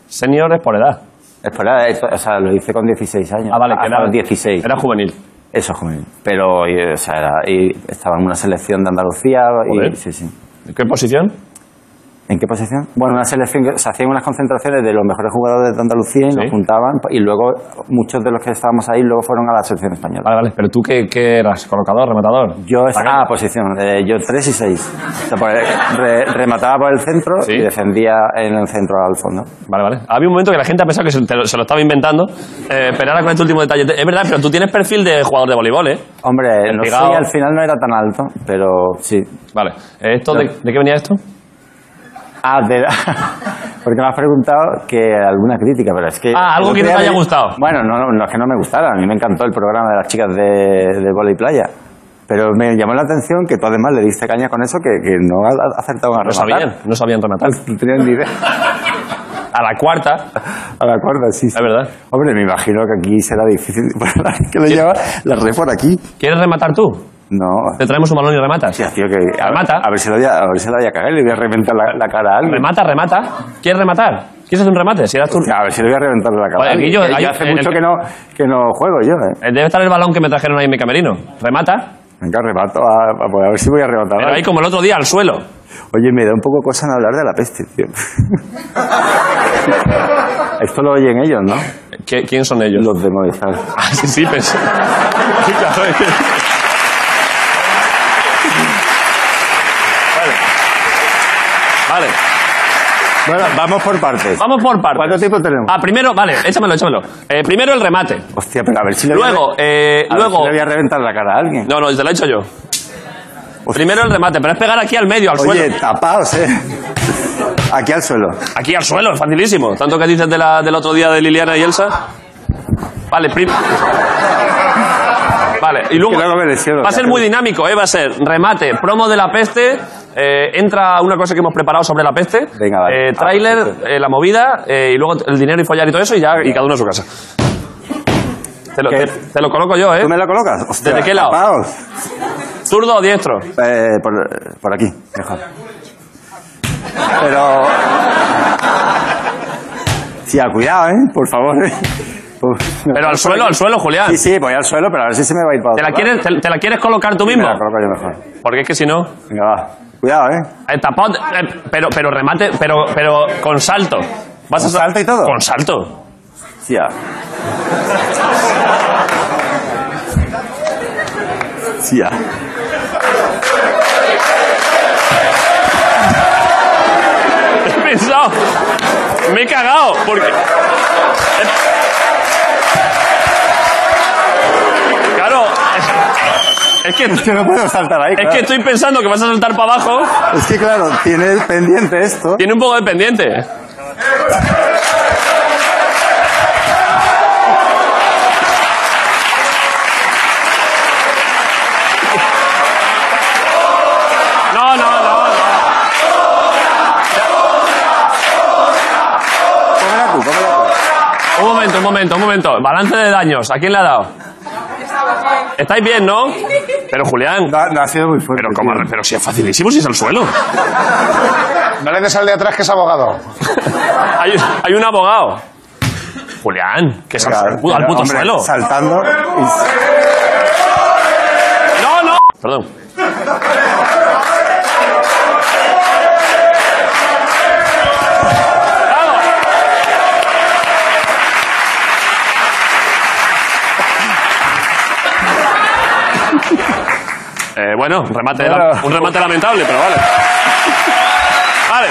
Senior es por edad.
Es por edad, es- o sea, lo hice con 16 años. Ah, vale,
que era-
los 16.
era juvenil.
Eso, juvenil. Pero, y, o sea, era- y estaba en una selección de Andalucía
Joder.
y... Sí, sí.
¿En qué posición?
¿En qué posición? Bueno, una selección que se hacían unas concentraciones de los mejores jugadores de Andalucía y
Sí.
los juntaban y luego muchos de los que estábamos ahí luego fueron a la selección española.
Vale, vale, pero tú qué, qué eras, colocador, rematador.
Yo estaba ah, posición, eh, yo 3 y 6. remataba por el centro y defendía en el centro al fondo.
pues, Vale, vale. Había un momento que la gente ha pensado que se, te lo, se lo estaba inventando, eh, pero ahora con este último detalle. te- Es verdad, pero tú tienes perfil de jugador de voleibol, ¿eh?
Hombre, no
Pegado.
sé, al final no era tan alto, pero sí.
Vale. ¿Esto de, de qué venía esto?
Ah, de la- porque me has preguntado que alguna crítica, pero es que...
Ah, algo
el otro
que no
día
te haya
me-
gustado.
Bueno, no, no, no es que no me gustara, a mí me encantó el programa de las chicas de, de vóley playa. Pero me llamó la atención que tú además le diste caña con eso, que, que no ha- ha acertado a
No sabían, no sabían rematar.
No tenían ni idea.
A la cuarta.
A la cuarta, sí. Es
verdad.
Hombre, me imagino que aquí será difícil. que lo lleva la red por aquí.
¿Quieres rematar tú?
No.
Te traemos un balón y rematas.
Tío, que a,
Remata.
a ver si la voy a, a ver si la voy a cagar, le voy a reventar la, la cara a alguien.
Remata, remata. ¿Quieres rematar? ¿Quieres hacer un remate? Si eras tú.
A ver si le voy a reventar la cara. a
Oye,
alguien,
Guillo,
que
hay-
yo hace
en el
mucho
que-
que no, que no juego yo, eh.
Eh, Debe estar el balón que me trajeron ahí en mi camerino. Remata.
Venga, remato. A, a- pues a ver si voy a rematar.
Pero ahí como el otro día, al suelo.
Oye, me da un poco cosa en hablar de la peste, tío. Esto lo oyen ellos, ¿no?
¿Quién son ellos?
Los de Movistar.
Ah, sí, sí,
pues.
pensé. Sí, claro, es que- Vale.
Bueno, vamos por partes.
Vamos por partes.
¿Cuánto tiempo tenemos?
Ah, primero, vale, échamelo, échamelo. Eh, primero el remate.
Hostia, pero a ver si le voy a-
Luego, eh,
a ver
luego.
si le voy a reventar la cara a alguien.
No, no, te lo he hecho yo. Primero el remate, pero es pegar aquí al medio, al
Oye,
suelo.
tapaos, eh. Aquí al suelo.
Aquí al suelo, es facilísimo. Tanto que dices de la- del otro día de Liliana y Elsa. Vale, prim- Vale, y luego.
Que luego me lesiono,
Va a ser
cabrón.
muy dinámico, ¿eh? Va a ser remate, promo de la peste, eh, entra una cosa que hemos preparado sobre la peste,
Venga, vale. Ah,
eh, tráiler, eh, la movida, eh, y luego el dinero y follar y todo eso, y ya y cada uno a su casa. Te lo, te- te lo coloco yo, ¿eh?
¿Tú me la colocas? Hostia,
¿Desde qué lado?
tapaos.
¿Zurdo o diestro?
Eh, por, por aquí, mejor. Pero. Sí, ah, cuidado, ¿eh? Por favor. eh. Por-
Pero al suelo, al suelo, Julián.
Sí, sí, voy al suelo, pero a ver si se me va a ir para
¿Te la,
otro
quieres, te, te la quieres colocar tú
lado.
mismo?
Me la coloco yo mejor.
Porque es que si no.
Venga, va. Cuidado, ¿eh?
eh, tapado, eh, pero, pero remate, pero, pero con salto. ¿Vas
¿Con salto y todo?
Con salto.
Sí, ah. Sí, ah.
He pensado. Me he cagado. Porque. Claro. es- Es que,
Es que no puedo saltar ahí.
es
claro.
que estoy pensando que vas a saltar para abajo.
Es que, claro, tiene el pendiente esto.
Tiene un poco de pendiente. No, no, no. no.
Cómela tú, cómela tú.
Un momento, un momento, un momento. Balance de daños. ¿A quién le ha dado? Estáis bien, ¿no? Pero Julián.
No, no ha sido muy fuerte.
Pero, ¿cómo?
tío.
pero si es facilísimo, si es al suelo.
No le des al de atrás que es abogado.
Hay, hay un abogado. Julián, que es al,
Claro,
suelo, al
pero,
puto
hombre,
suelo.
Saltando. y-
¡No, no! Perdón. ¡Vamos! Eh, bueno, remate,
Bueno.
un remate lamentable, pero vale. Vale.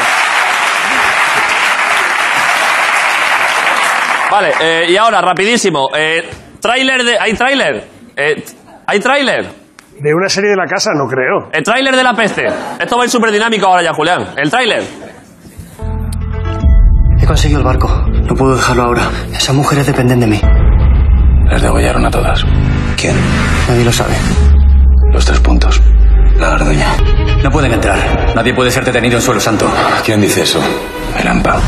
Vale, eh, y ahora, rapidísimo. Eh, tráiler de... ¿Hay tráiler? Eh, ¿Hay tráiler?
De una serie de la casa, no creo.
El tráiler de la peste. Esto va a ir súper dinámico ahora ya, Julián. El tráiler.
He conseguido el barco. No puedo dejarlo ahora. Esas mujeres dependen de mí.
Las degollaron a todas. ¿Quién?
Nadie lo sabe.
Los tres puntos.
La Garduña. No pueden entrar. Nadie puede ser detenido en suelo santo. ¿Quién dice eso? El AMPA.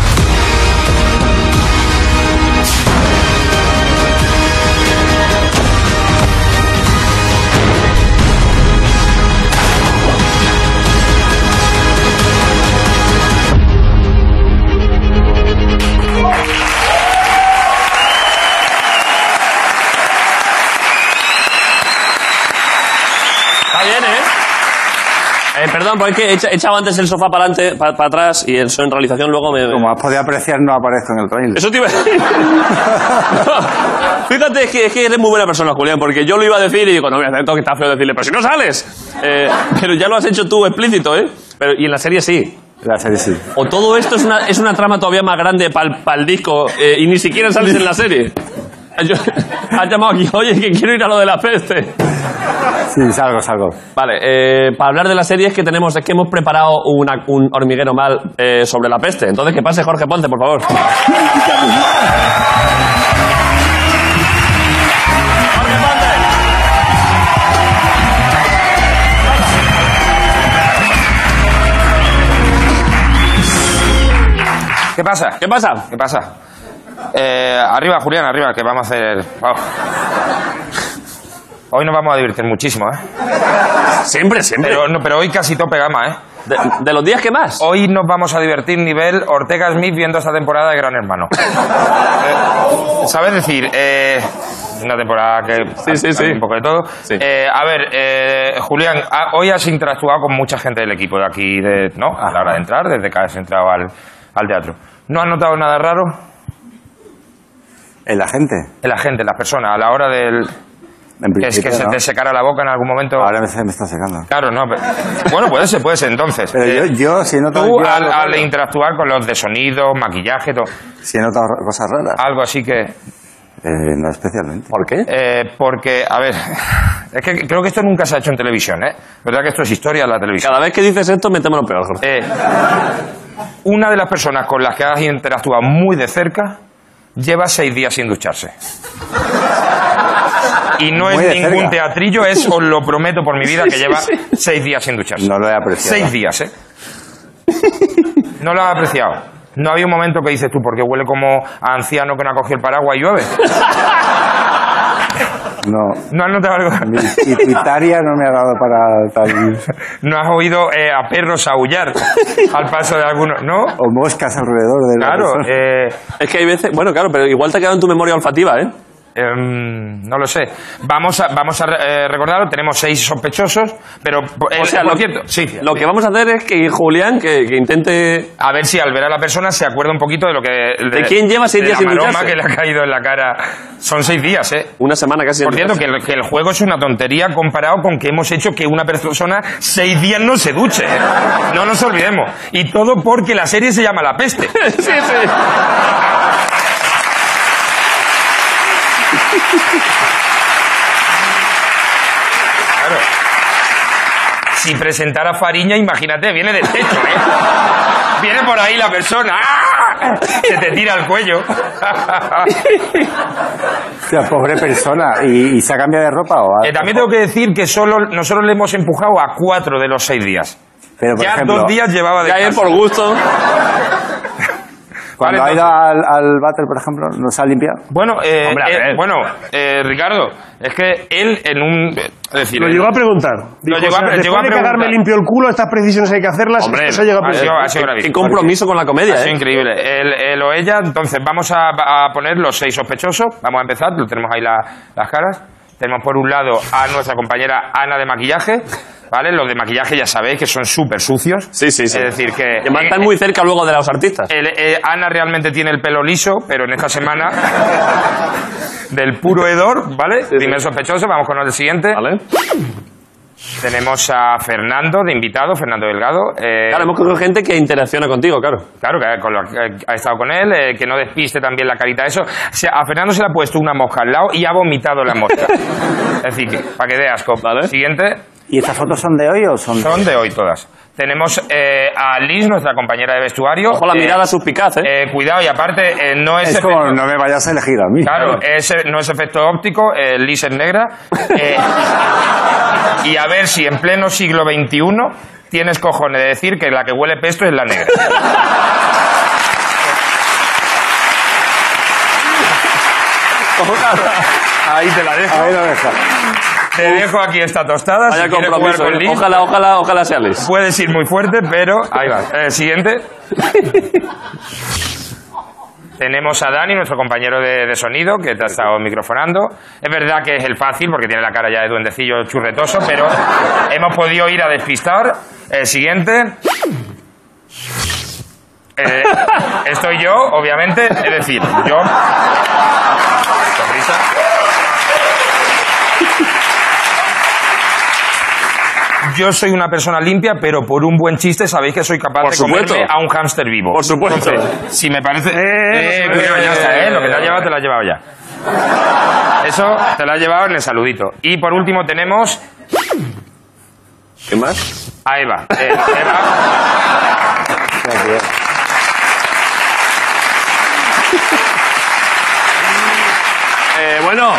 Está bien, ¿eh? Eh, perdón, porque es que he echa- echaba antes el sofá para adelante, pa- para, atrás y el son en realización luego me...
Como has podido apreciar, no aparezco en el trailer.
Eso te iba a decir. Fíjate, es que, es que eres muy buena persona, Julián, porque yo lo iba a decir y digo, no, voy a hacer todo que está feo decirle, pero si no sales. Eh, pero ya lo has hecho tú explícito, ¿eh? Pero, y en la serie sí.
La serie sí.
O todo esto es una, es una trama todavía más grande para el disco eh, y ni siquiera sales en la serie. Yo- has llamado aquí, oye, que quiero ir a lo de la peste.
Sí, salgo, salgo.
Vale, eh, para hablar de la serie es que tenemos, es que hemos preparado una- un hormiguero mal eh, sobre la peste. Entonces, que pase Jorge Ponce, por favor.
¿Qué pasa?
¿Qué pasa?
¿Qué pasa? Eh, arriba, Julián, arriba, que vamos a hacer. vamos. Hoy nos vamos a divertir muchísimo, ¿eh?
Siempre, siempre.
Pero, no, pero hoy casi tope gama, ¿eh?
De, los días que más.
Hoy nos vamos a divertir nivel Ortega Smith viendo esta temporada de Gran Hermano. Eh, ¿Sabes decir? eh, una temporada que. Sí, sí, sí. Un poco de todo. Eh, a ver, eh, Julián, ah, hoy has interactuado con mucha gente del equipo de aquí, de, ¿no? A la hora de entrar, desde que has entrado al, al teatro. ¿No has notado nada raro?
¿En la gente?
En la gente, en las personas, a la hora del. Que, es que se
¿no?
te secara la boca en algún momento.
Ahora me, se- me está secando.
Claro, no. pero- bueno, puede ser, puede ser, entonces.
Pero yo, yo sí he notado...
Tú,
yo
al,
algo
al
raro.
interactuar con los de sonido, maquillaje, todo.
Sí he notado ra- cosas raras.
Algo así que.
Eh, no especialmente.
¿Por qué?
eh, porque, a ver. Es que creo que esto nunca se ha hecho en televisión, ¿eh? ¿Verdad que esto es historia de la televisión?
Cada vez que dices esto, metemos lo peor, Jorge.
Eh, Una de las personas con las que has interactuado muy de cerca lleva seis días sin ducharse. Y no
Muy
es
de
ningún
cerca.
teatrillo, es, os lo prometo por mi vida,
Sí,
que
sí,
lleva
sí.
seis días sin ducharse.
No lo he apreciado.
Seis días, ¿eh? No lo has apreciado. No había un momento que dices tú, porque huele como a anciano que no ha cogido el paraguas y llueve.
No.
¿No has notado algo?
Mi pituitaria no me ha dado para tal...
No has oído eh, a perros aullar al paso de algunos, ¿no?
O moscas alrededor de la
eh.
persona.
Es que hay veces. Bueno, claro, pero igual te ha quedado en tu memoria olfativa, ¿eh?
Em, no lo sé. Vamos a, vamos a re- eh, recordarlo. Tenemos seis sospechosos, pero eh,
O sea,
por
lo-
cierto, sí.
Lo que vamos a hacer es que Julián, que, que intente.
A ver si al ver a la persona se acuerda un poquito de lo que. ¿De,
quién lleva seis
de
días
la
sin
maroma
ducharse?
que le ha caído en la cara. Son seis días, ¿eh?
Una semana casi.
Por cierto, que el, que el juego es una tontería comparado con que hemos hecho que una persona seis días no se duche. ¿eh? No nos olvidemos. Y todo porque la serie se llama La Peste.
sí, sí.
Claro. Si presentara Fariña, imagínate, viene de techo, ¿eh? Viene por ahí la persona. ¡ah! Se te tira al cuello.
Hostia, pobre persona. ¿Y, y se ha cambiado de ropa o
Eh,
algo?
también tengo que decir que solo nosotros le hemos empujado a cuatro de los seis días.
Pero, por
ya
ejemplo,
dos días llevaba de
Ya es por gusto.
Cuando
Vale,
ha ido al, al battle, por ejemplo, ¿no se ha limpiado?
Bueno, eh,
Hombre, a
eh,
ver.
bueno eh, Ricardo, es que él en un... eh, Es decir,
Lo
él-
llegó a preguntar. Dijo,
Lo llegó a,
o sea,
pre- llegó a
después de
preguntar.
cagarme limpio el culo, estas precisiones hay que hacerlas.
Hombre,
eso llega a
ha sido-
preguntar.
ha sido gravísimo.
con la comedia,
Ha sido
¿eh?
increíble. El, el o ella, entonces vamos a, a poner los seis sospechosos. Vamos a empezar, lo tenemos ahí la- las caras. Tenemos por un lado a nuestra compañera Ana de maquillaje. ¿Vale? Los de maquillaje ya sabéis que son súper sucios. Sí, sí, sí. Es decir, que.
Que están muy cerca luego de los artistas.
El- eh, Ana realmente tiene el pelo liso, pero en esta semana. del puro hedor, ¿vale? Primer sospechoso, vamos con el siguiente. Tenemos a Fernando de invitado, Fernando Delgado. eh,
Claro, hemos cogido gente que interacciona contigo, claro.
Claro, que ha, con lo que ha estado con él, eh, que no despiste también la carita. Eso, O sea, a Fernando se le ha puesto una mosca al lado y ha vomitado la mosca. es decir, que- para que dé asco. Siguiente.
¿Y estas fotos son de hoy o son
Son de hoy todas. Tenemos eh, a Liz, nuestra compañera de vestuario.
Ojo la mirada
suspicaz, ¿eh?
Cuidado, y aparte, eh, no es.
Es como, no me vayas a elegir a mí.
Claro, es, eh, no es efecto óptico, eh, Liz es negra. Eh, y a ver si en pleno siglo XXI tienes cojones de decir que la que huele pesto es la negra. Ahí te la dejo. Ahí
la dejo.
Te dejo aquí esta tostada.
Vaya
si quieres
compromiso,
jugar con
¿eh?
Liz.
Ojalá, ojalá, ojalá sea Liz.
Puedes ir Pues, muy fuerte, pero ahí va. Eh, siguiente. Tenemos a Dani, nuestro compañero de, de sonido, que te ha estado microfonando. Es verdad que es el fácil, porque tiene la cara ya de duendecillo churretoso, pero hemos podido ir a despistar. El siguiente. Eh, estoy yo, obviamente. Es decir, yo. Sonrisa. Yo soy una persona limpia, pero por un buen chiste sabéis que soy capaz
Por
de comerme
supuesto.
a un hámster vivo. Por
supuesto.
si me parece... Eh,
eh,
cuidado, ya está, eh,
eh,
lo que te has llevado te lo has llevado ya. Eso te lo has llevado en el saludito. Y por último tenemos...
¿Qué más?
A Eva. Eh, Eva.
Eh, bueno,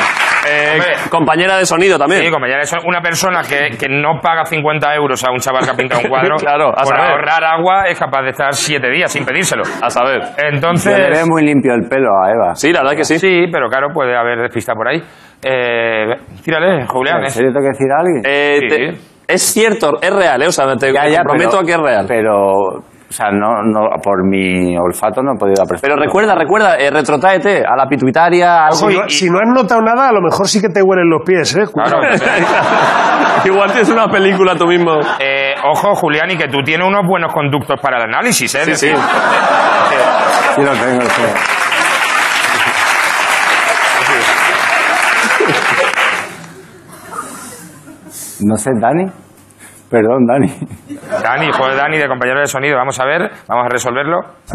eh, compañera de sonido también.
Sí, compañera de sonido. Una persona que, que no paga 50 euros a un chaval que ha pintado un cuadro,
Claro, a
por
saber.
ahorrar agua, es capaz de estar siete días sin pedírselo.
A saber.
Entonces...
Se le ve muy limpio el pelo a Eva.
Sí, la verdad que sí.
Sí, pero claro, puede haber despista por ahí. Eh, tírale, Julián.
¿En
eh.
serio tengo que decir a alguien?
Eh, te- es cierto, es real, ¿eh? O sea, te
Ya, ya,
prometo
pero-
que es real.
Pero, o sea, no, no, por mi olfato no he podido apreciar.
Pero recuerda, recuerda, eh, retrotráete a la pituitaria, a
Si no, si no has notado nada, a lo mejor sí que te huelen los pies, ¿eh? Cuidado.
Igual tienes una película tú mismo.
Eh, ojo, Julián, y que tú tienes unos buenos conductos para el análisis, ¿eh?
Sí,
Es decir,
sí.
eh,
Sí, lo tengo, sí. No sé, Dani. Perdón, Dani.
Dani, joder, Dani, de compañero de sonido, vamos a ver, vamos a resolverlo. Es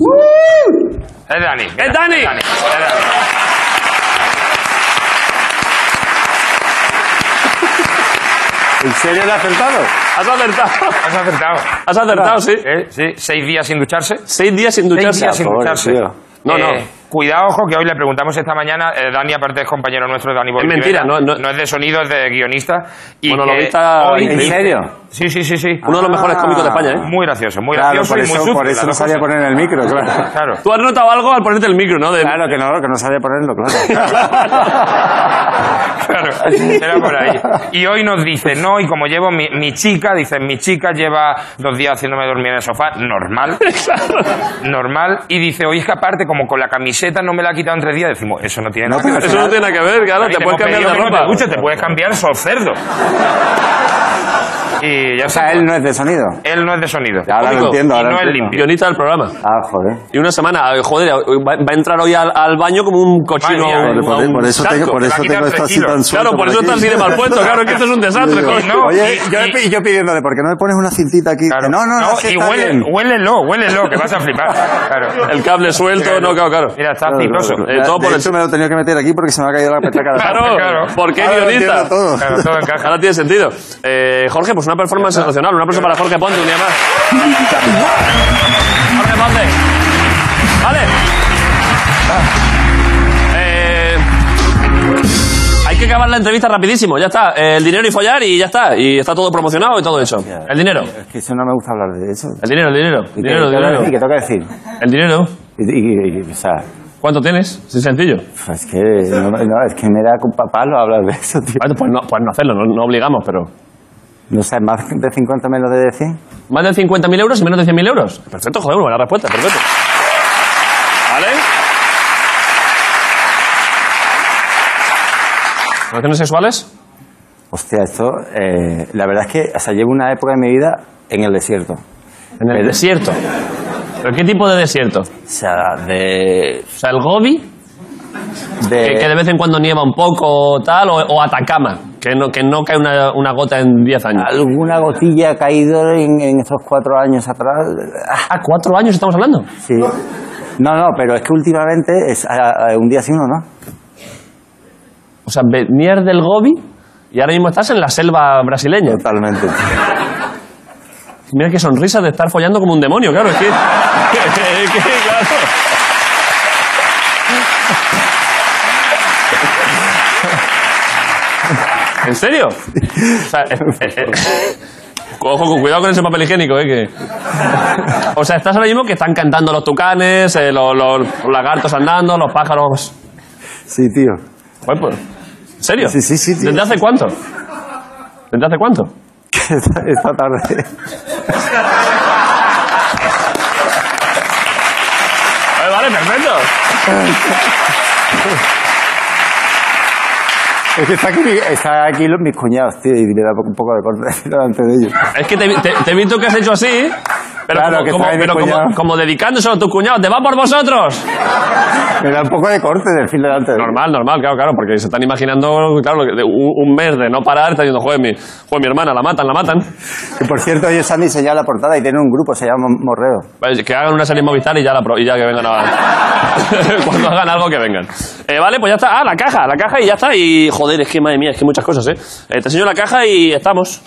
Dani. mira,
¡Uh! ¡Es Dani!
Es Dani. es Dani.
¿En serio le ha acertado?
Has acertado.
Has acertado.
Has acertado, sí.
Eh, sí, seis días sin ducharse.
Seis días sin ducharse.
Seis días sin
Ah, pobre
ducharse. Eh.
tío. No, no.
Cuidado, ojo, que hoy le preguntamos esta mañana, eh, Dani, aparte es compañero nuestro, Dani Borges
mentira,
Rivera, no, es de sonido, es de guionista. Y
Monologuista
que hoy-
increíble. ¿En serio?
Sí, sí, sí, sí.
Uno de los mejores cómicos de España, ¿eh?
Muy gracioso, muy
Claro,
gracioso
por
y muy
eso-
sucio.
por eso
las
no
dos
sabía
cosas.
poner el micro, claro.
Claro.
Tú has notado algo al ponerte el micro, ¿no? De-
Claro que no, que no sabía ponerlo, claro.
Claro, era por ahí. Y hoy nos dice, no, y como llevo mi, mi chica, dice, mi chica lleva dos días haciéndome dormir en el sofá, normal, normal, y dice, oye, es que aparte, como con la camiseta no me la ha quitado en tres días, decimos, eso no tiene nada
Eso no tiene nada que ver, claro. Te
"Pues
puedes cambiar de ropa.
Escucha, te puedes cambiar, sos cerdo. Y ya
O sea,
está.
él no es de sonido.
Él no es de sonido.
Ya, ahora lo
Cómico,
entiendo,
y
ahora
no es
entiendo.
limpio.
Guionista del programa.
Ah, joder.
Y una semana, ah, joder, va, va a entrar hoy al, al baño como un cochino.
Madre mía,
a un-
por-
a un
por eso tengo-
saco.
por
Te
eso
va a quitar
tengo
tres
esto así
kilos.
tan suelto
Claro, por
por
eso está
aquí.
así de mal puesto, claro, que esto es un desastre.
Sí,
joder.
no,
Oye,
y-
yo,
y-
pi- yo pidiéndole, ¿por qué no le pones una cintita aquí? Dice, No, no, no,
No,
sí,
y
está
huele,
bien.
huélelo, huélelo, que vas a flipar. Claro.
El cable suelto, no, claro, claro.
Mira, está
Claro, claro,
citoso.
claro.
Eh, todo
de
por el-
hecho, me lo he tenido que meter aquí porque se me ha caído la petaca.
Claro,
Claro.
¿por qué
Ahora lo
guionista?
entiendo todo.
Claro, todo encaja.
Ahora tiene sentido. Eh, Jorge, pues una performance sensacional. Un aplauso para Jorge Ponte, un día más. Jorge Ponte. Vale. Eh, hay que acabar la entrevista rapidísimo, ya está. Eh, el dinero y follar y ya está. Y está todo promocionado y todo hecho. El dinero.
Es que eso no me gusta hablar de eso.
El dinero, el dinero.
¿Y
El
qué,
dinero,
qué
el
tengo que-
dinero.
qué tengo que decir?
El dinero.
Y- y- y- o sea,
¿Cuánto tienes? Sí, sencillo.
pues es que, no, no, es que me da con palo hablar de eso, tío.
Bueno, Pues no, pues no hacerlo, no, no obligamos, pero...
No sé, más de 50 menos de 100.
Más de 50.000 euros y menos de 100.000 euros. Perfecto, joder, buena respuesta, perfecto. ¿Vale? ¿Relaciones sexuales?
Hostia, esto, eh, la verdad es que, o sea, llevo una época de mi vida en el desierto.
En el
Pero-
desierto. ¿Pero qué tipo de desierto?
O sea, de...
O sea, el Gobi,
de
que, que de vez en cuando nieva un poco tal, o, o Atacama, que no, que no cae una, una gota en 10 años.
Alguna gotilla ha caído en, en estos cuatro años atrás. ah,
¿A Ah, cuatro años estamos hablando?
Sí. No, no, pero es que últimamente es ah, ah, un día sí, uno no.
O sea, venir del Gobi Y ahora mismo estás en la selva brasileña.
Totalmente.
Mira qué sonrisa de estar follando como un demonio, claro, es que... es que, claro. ¿En serio? O sea, eh, eh, eh. Ojo, con cuidado con ese papel higiénico, ¿eh? Que... O sea, estás ahora mismo que están cantando los tucanes, eh, los, los- los lagartos andando, los pájaros...
Sí, tío.
Bueno, pues, ¿En serio?
Sí, sí, sí, tío.
¿Desde hace cuánto? ¿Desde hace cuánto?
esta, esta tarde.
Vale, vale, perfecto.
Es que está aquí, mi- está aquí los- mis cuñados, tío, y me da un poco de corte delante de ellos.
Es que te, vi- te- te he visto que has hecho así, pero,
Claro,
como,
que
como-
trae mi
pero como-
cuñado.
como dedicándoselo a tu cuñado. ¡Te va por vosotros!
Me da un poco de corte del fin delante de
Normal, normal, claro, claro, porque se están imaginando, claro, lo que- de un, un mes de no parar, están diciendo, joder, mi, joder, mi hermana, la matan, la matan.
Que por cierto, ellos han diseñado la portada y tienen un grupo, se llama Morreo.
Vale, Que hagan una serie en Movistar y ya, la pro- y ya que vengan a... Cuando hagan algo que vengan. Eh, vale, pues ya está. Ah, la caja, la caja y ya está. Y joder, es que madre mía, es que muchas cosas, ¿eh? Eh, te enseño la caja y estamos.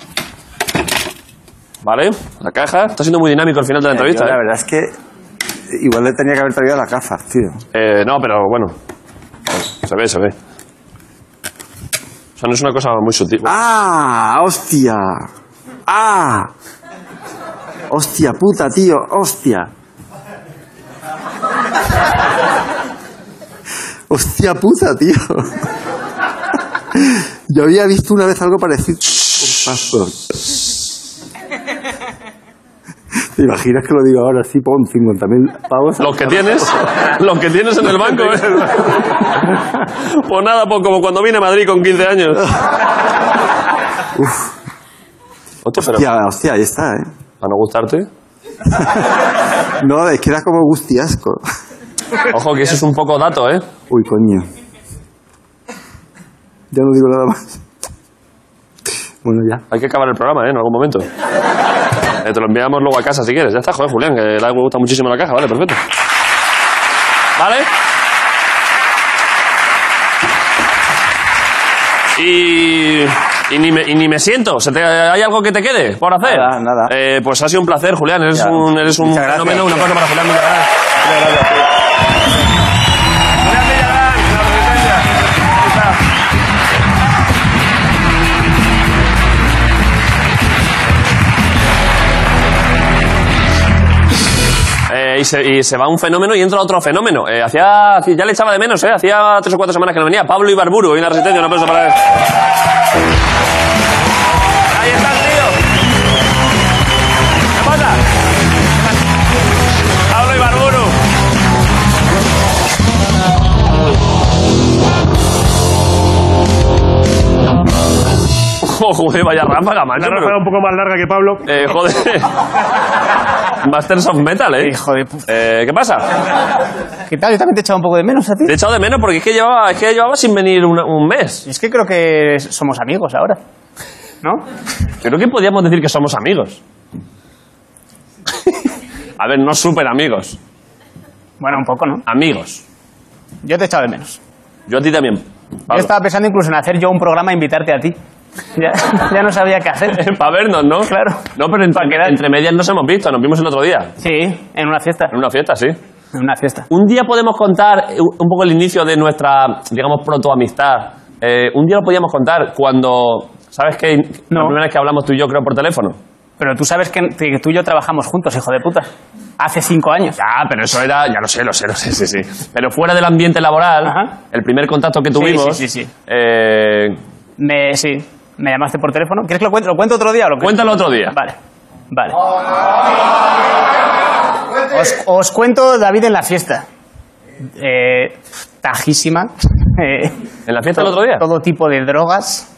Vale, la caja. Está siendo muy dinámico el final de la entrevista. ¿eh?
Yo, la verdad es que igual le tenía que haber traído las gafas, tío.
Eh, no, pero bueno. Pues, se ve, se ve. O sea, no es una cosa muy sutil.
¡Ah! ¡Hostia! ¡Ah! ¡Hostia puta, tío! ¡Hostia! ¡Hostia puta, tío! Yo había visto una vez algo parecido. Un paso. ¿Te imaginas que lo digo ahora? Sí, pon 50.000 pavos.
Los que tienes, los que tienes en el banco, ¿eh? Pues nada, pues como cuando vine a Madrid con 15 años. Hostia, pero-
Hostia, hostia, ahí está, ¿eh?
¿A no gustarte?
No, es que da como gustiasco.
Ojo, que eso es un poco dato, ¿eh?
Uy, coño. Ya no digo nada más. Bueno, ya.
Hay que acabar el programa, ¿eh? En algún momento. Eh, te lo enviamos luego a casa si quieres. Ya está, joder, Julián, que le gusta muchísimo la caja, vale, perfecto. ¿Vale? Y, y ni, me, y ni me siento. ¿Se te- ¿Hay algo que te quede por hacer? Nada, nada. pues ha sido un placer, Julián. Eres
Ya.
un, eres un
Muchas gracias.
fenómeno. Un aplauso para Julián. muchas gracias. Eh, y, se, y se va un fenómeno y entra otro fenómeno. Eh, hacía, ya le echaba de menos, ¿eh? Hacía tres o cuatro semanas que no venía. Pablo Ibarburu, hoy en la Resistencia, un aplauso para él. Pablo Ibarburu. Oh, joder, vaya ráfaga, macho.
Una
pero-
ráfaga un poco más larga que Pablo.
Eh, joder. Masters of Metal, ¿eh? Eh, ¿Qué pasa?
¿Qué tal? Yo también te he echado un poco de menos a ti.
Te he echado de menos porque es que llevaba, es que llevaba sin venir una- un mes.
Es que creo que somos amigos ahora. ¿No?
Creo que podíamos decir que somos amigos. A ver, no súper amigos.
Bueno, un poco, ¿no?
Amigos.
Yo te he echado de menos.
Yo a ti también.
Yo estaba pensando incluso en hacer yo un programa e invitarte a ti. Ya, ya no sabía qué hacer.
Para vernos, ¿no? Claro. No, pero entre, entre medias nos hemos visto, nos vimos el otro día.
Sí, en una fiesta.
En una fiesta, sí.
En una fiesta.
Un día podemos contar eh, un poco el inicio de nuestra, digamos, protoamistad. Eh, un día lo podíamos contar cuando, ¿sabes qué? La primera vez que hablamos tú y yo, creo, por teléfono.
Pero tú sabes que, que tú y yo trabajamos juntos, hijo de puta. Hace cinco años.
Ya, pero eso era, ya lo sé, lo sé, lo sé, sí, sí. Pero fuera del ambiente laboral, el primer contacto que
Sí,
tuvimos...
sí, sí, sí.
eh,
Me, sí, me llamaste por teléfono. ¿Quieres que lo cuente, lo cuento otro día? o Lo
Cuéntalo otro día.
Vale, vale. Os, os cuento David en la fiesta. Eh, tajísima. Eh,
¿En la fiesta el otro día?
Todo tipo de drogas.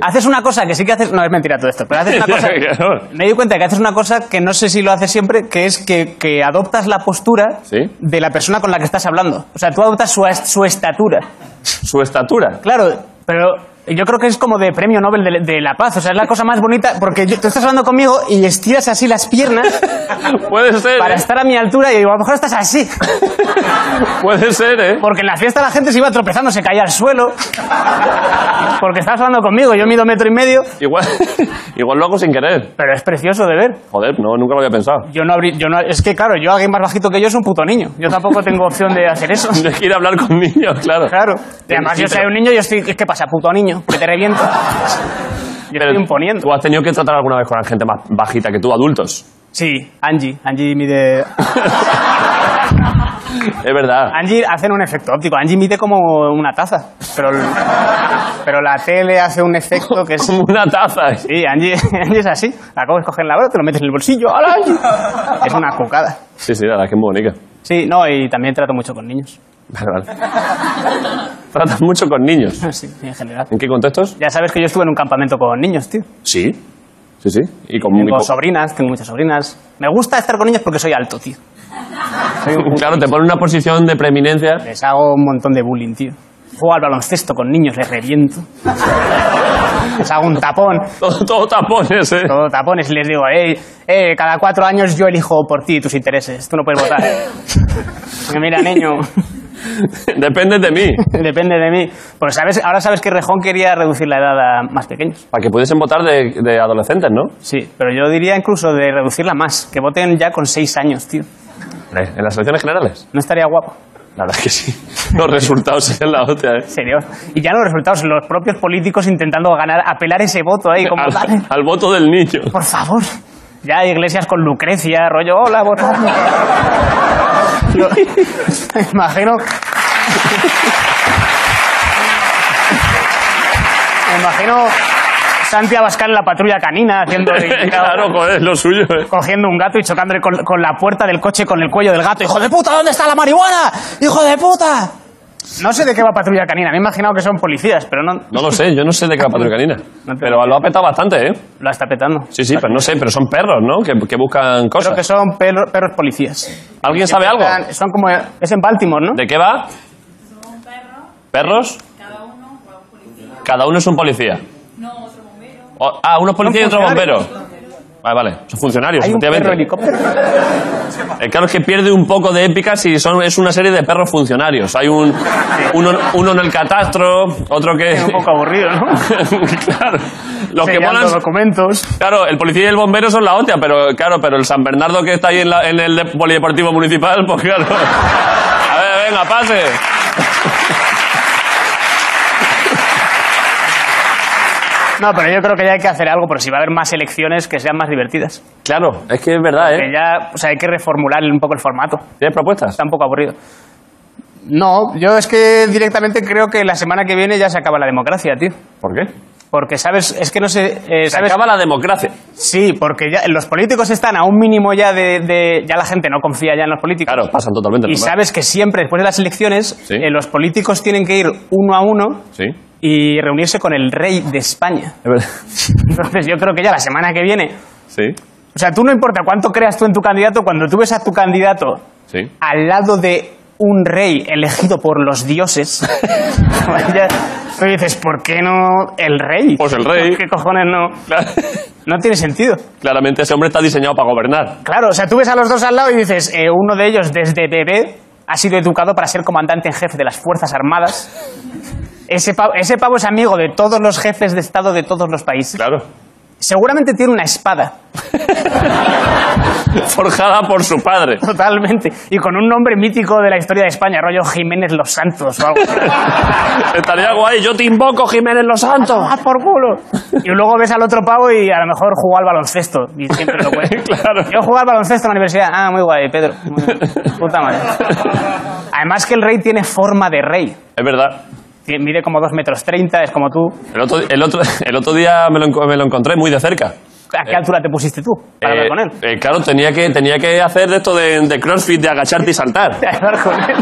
Haces una cosa que sí que haces... No, es mentira todo esto, pero haces una cosa...
Claro.
Me di cuenta que haces una cosa que no sé si lo haces siempre, que es que, que adoptas la postura de la persona con la que estás hablando. O sea, tú adoptas su, est- su estatura.
¿Su estatura?
Claro, pero Yo creo que es como de premio Nobel de, de la paz. O sea, es la cosa más bonita porque yo- tú estás hablando conmigo y estiras así las piernas.
Puede ser. ¿eh?
Para estar a mi altura y digo, a lo mejor estás así.
Puede ser, ¿eh?
Porque en la fiesta la gente se iba tropezando, se caía al suelo. Porque estabas hablando conmigo, yo mido metro y medio.
Igual, igual lo hago sin querer.
Pero es precioso de ver.
Joder, no, nunca lo había pensado.
Yo no abrí, yo no, es que claro, yo alguien más bajito que yo es un puto niño. Yo tampoco tengo opción de hacer eso.
De ir a hablar con niños, claro.
Claro. Y además yo soy un niño y yo estoy, ¿qué pasa, puto niño? Que te reviento.
Yo estoy imponiendo. ¿Tú has tenido que tratar alguna vez con la gente más bajita que tú, adultos?
Sí, Angie. Angie mide...
Es verdad.
Angie hacen un efecto óptico. Angie mide como una taza. Pero, el- pero la tele hace un efecto que es. Como
una taza.
Sí, Angie, Angie es así. La coges, coges la hora, te lo metes en el bolsillo. ¡Hala, Angie! Es una cucada.
Sí, sí, la verdad es que es muy bonita.
Sí, no, y también trato mucho con niños.
Vale, vale. Tratas mucho con niños.
Sí, en general.
¿En qué contextos?
Ya sabes que yo estuve en un campamento con niños, tío.
Sí. Sí, sí. Y con y
Tengo
con-
sobrinas, tengo muchas sobrinas. Me gusta estar con niños porque soy alto, tío.
Claro, te pone una posición de preeminencia.
Les hago un montón de bullying, tío. Juego al baloncesto con niños, les reviento. Les hago un tapón.
Todo, tapones, eh.
Todo tapones. Y les digo, "Ey, eh, cada cuatro años yo elijo por ti y tus intereses. Tú no puedes votar. Y Mira, niño.
Depende de mí.
Depende de mí. Pues sabes, ahora sabes que Rejón quería reducir la edad a más pequeños.
Para que pudiesen votar de, de adolescentes, ¿no?
Sí, pero yo diría incluso de reducirla más. Que voten ya con seis años, tío.
Hombre, En las elecciones generales.
No estaría guapo.
La verdad es que sí. Los resultados serían la hostia, ¿eh?
Serio. Y ya los resultados, los propios políticos intentando ganar, apelar ese voto ahí, como
Al,
"Dale,
al voto del niño.
por favor. Ya iglesias con Lucrecia, rollo, hola, votadme. Yo- me imagino. Me imagino Santi Abascal en la patrulla canina haciendo.
claro, joder, lo suyo, ¿eh?
Cogiendo un gato y chocándole con, con la puerta del coche con el cuello del gato. ¡Hijo de puta, ¿dónde está la marihuana? ¡Hijo de puta! No sé de qué va patrulla canina. Me he imaginado que son policías, pero no.
No lo sé, yo no sé de qué va Patrulla Canina. Pero lo ha petado bastante, ¿eh?
Lo está petando.
Sí, sí, pero no sé, pero son perros, ¿no? Que, que buscan cosas.
Creo que son perro- perros policías.
¿Alguien sabe algo?
Están- Son como. Es en Baltimore, ¿no?
¿De qué va? ¿Perros? Cada uno es un policía. O- ah, uno es policía y
Son
otro bombero.
funcionarios.
Vale, vale. Son funcionarios,
Hay un
efectivamente.
perro helicóptero.
Eh, claro, es que pierde un poco de épica si son, es una serie de perros funcionarios. Hay un, uno, uno en el catastro, otro que...
Es un poco aburrido, ¿no?
claro. Los que
Sellando
molan...
documentos.
Claro, el policía y el bombero son la hostia, pero claro, pero el San Bernardo que está ahí en, la- en el de- polideportivo municipal, pues claro... A ver, venga, pase.
No, pero yo creo que ya hay que hacer algo, porque si va a haber más elecciones que sean más divertidas.
Claro, es que es verdad,
Que
¿eh?
ya, o sea, hay que reformular un poco el formato.
¿Tienes propuestas?
Está un poco aburrido. No, yo es que directamente creo que la semana que viene ya se acaba la democracia, tío.
¿Por qué?
Porque, ¿sabes? Es que no sé... eh,
Se
¿sabes?
acaba la democracia.
Sí, porque ya los políticos están a un mínimo ya de, de- Ya la gente no confía ya en los políticos.
Claro, pasan totalmente.
Y
normal.
sabes que siempre, después de las elecciones, eh, los políticos tienen que ir uno a uno
Sí.
y reunirse con el rey de España.
Es verdad.
Entonces yo creo que ya la semana que viene...
Sí.
O sea, tú no importa cuánto creas tú en tu candidato, cuando tú ves a tu candidato
Sí.
al lado de un rey elegido por los dioses, vaya, tú dices, ¿por qué no el rey?
Pues el rey.
¿Qué cojones no? No tiene sentido.
Claramente ese hombre está diseñado para gobernar.
Claro, o sea, tú ves a los dos al lado y dices, eh, uno de ellos desde bebé ha sido educado para ser comandante en jefe de las Fuerzas Armadas. Ese pavo, ese pavo es amigo de todos los jefes de Estado de todos los países.
Claro.
Seguramente tiene una espada.
Forjada por su padre.
Totalmente. Y con un nombre mítico de la historia de España, rollo Jiménez Los Santos o algo.
Estaría guay, yo te invoco, Jiménez Los Santos.
¡Ah, por culo! Y luego ves al otro pavo y a lo mejor jugó al baloncesto. Y siempre lo cuento. Yo jugué al baloncesto en la universidad. Ah, muy guay, Pedro. Muy bien. Puta madre. Además que el rey tiene forma de rey.
Es verdad.
Tiene- Mide como 2 metros 30, es como tú.
El otro, el otro, el otro día me lo, enco- me lo encontré muy de cerca.
¿A qué altura te pusiste tú para
Eh,
hablar con él?
eh, claro, tenía que, tenía que hacer de esto de, de crossfit, de agacharte y saltar.
Para hablar con él.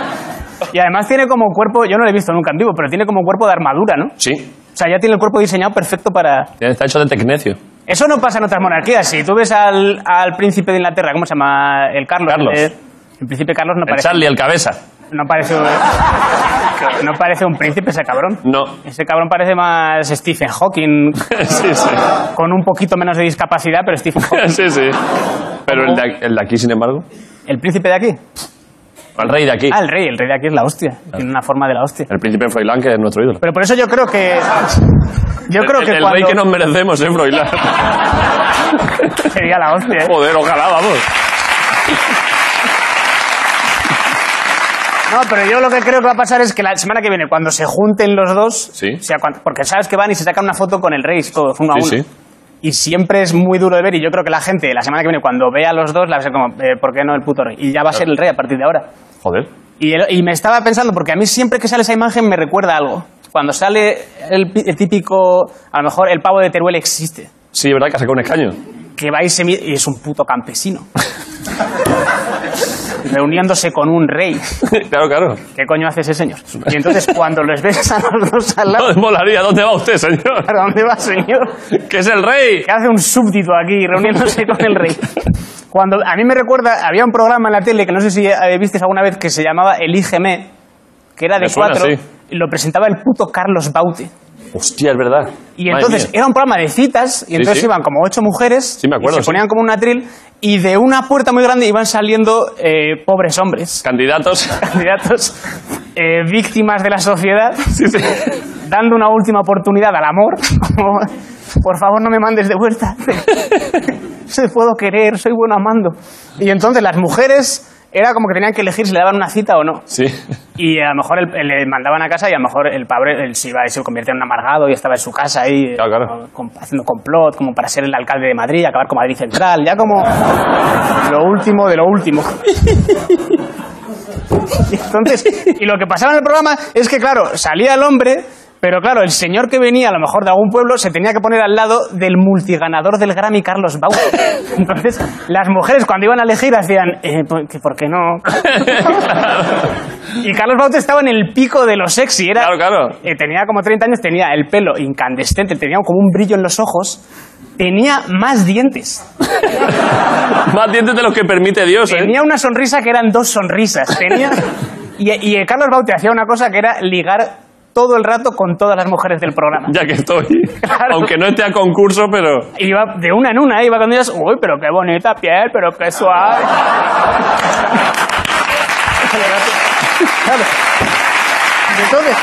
Y además tiene como cuerpo, yo no lo he visto nunca en vivo, pero tiene como cuerpo de armadura, ¿no?
Sí,
O sea, ya tiene el cuerpo diseñado perfecto para,
está hecho de tecnecio.
Eso no pasa en otras monarquías. Si tú ves al, al príncipe de Inglaterra, ¿cómo se llama? El Carlos.
Carlos.
eh, El, príncipe Carlos no
El
parece.
Charlie, el cabeza.
No parece. que no parece un príncipe ese cabrón.
No.
Ese cabrón parece más Stephen Hawking.
Sí, sí.
Con un poquito menos de discapacidad, pero Stephen Hawking.
Sí, sí. Pero el de, aquí- el de aquí, sin embargo.
¿El príncipe de aquí?
El rey de aquí.
Ah, el rey. El rey de aquí es la hostia. Tiene una forma de la hostia.
El príncipe Froilán, que es nuestro ídolo.
Pero por eso yo creo que. Yo
El-
creo
el-
que
El
cuando.
rey que nos merecemos, ¿eh, Froilán?
Sería la hostia, ¿eh?
Joder, ojalá, vamos.
No, pero yo lo que creo que va a pasar es que la semana que viene, cuando se junten los dos, o sea, cuan- porque sabes que van y se sacan una foto con el rey, todos, uno a
Sí,
uno.
sí.
Y siempre es muy duro de ver y yo creo que la gente la semana que viene cuando vea a los dos la va a ser como, eh, ¿por qué no el puto rey? Y ya va a ser el rey a partir de ahora.
Joder.
Y, el- y me estaba pensando, porque a mí siempre que sale esa imagen me recuerda a algo. Cuando sale el, pi- el típico, a lo mejor el pavo de Teruel existe,
Sí, es verdad que ha sacado un escaño.
que va y se mi- y es un puto campesino. reuniéndose con un rey.
claro, claro.
¿Qué coño hace ese señor? Y entonces cuando los ves a los dos al lado...
No, molaría, ¿dónde va usted, señor?
¿Para dónde va, señor?
Que es el rey.
Que hace un súbdito aquí reuniéndose con el rey. Cuando a mí me recuerda, había un programa en la tele que no sé si eh, visteis alguna vez que se llamaba Elígeme, que era de
Me suena,
cuatro,
sí.
y lo presentaba el puto Carlos Baute.
Hostia, es verdad.
Y
Madre
entonces
mía.
era un programa de citas, y
Sí,
entonces
sí.
iban como ocho mujeres,
Sí, me acuerdo,
y se
sí.
ponían como un atril, y de una puerta muy grande iban saliendo eh, pobres hombres,
Candidatos.
candidatos, eh, víctimas de la sociedad, dando una última oportunidad al amor, como, por favor no me mandes de vuelta, se puedo querer, soy bueno amando. Y entonces las mujeres era como que tenían que elegir si le daban una cita o no.
Sí.
Y a lo mejor el- el- le mandaban a casa y a lo mejor el padre el, se, iba, se convierte en un amargado y estaba en su casa ahí eh, com- haciendo complot como para ser el alcalde de Madrid, acabar con Madrid Central, ya como lo último de lo último. Y Entonces, y lo que pasaba en el programa es que, claro, salía el hombre, pero claro, el señor que venía a lo mejor de algún pueblo se tenía que poner al lado del multiganador del Grammy, Carlos Bau. Entonces, las mujeres cuando iban a elegir hacían, eh, ¿por, qué- por qué no? Y Carlos Baute estaba en el pico de lo sexy. Era, claro,
claro.
tenía como 30 años, tenía el pelo incandescente, tenía como un brillo en los ojos, tenía más dientes.
Más dientes de los que permite Dios, ¿eh?
Tenía una sonrisa que eran dos sonrisas. Tenía... Y, y el Carlos Baute hacía una cosa que era ligar todo el rato con todas las mujeres del programa.
Ya que estoy. Aunque no esté a concurso, pero.
Iba de una en una, ¿eh? iba con ellas, uy, pero qué bonita piel, pero qué suave. Claro. Entonces,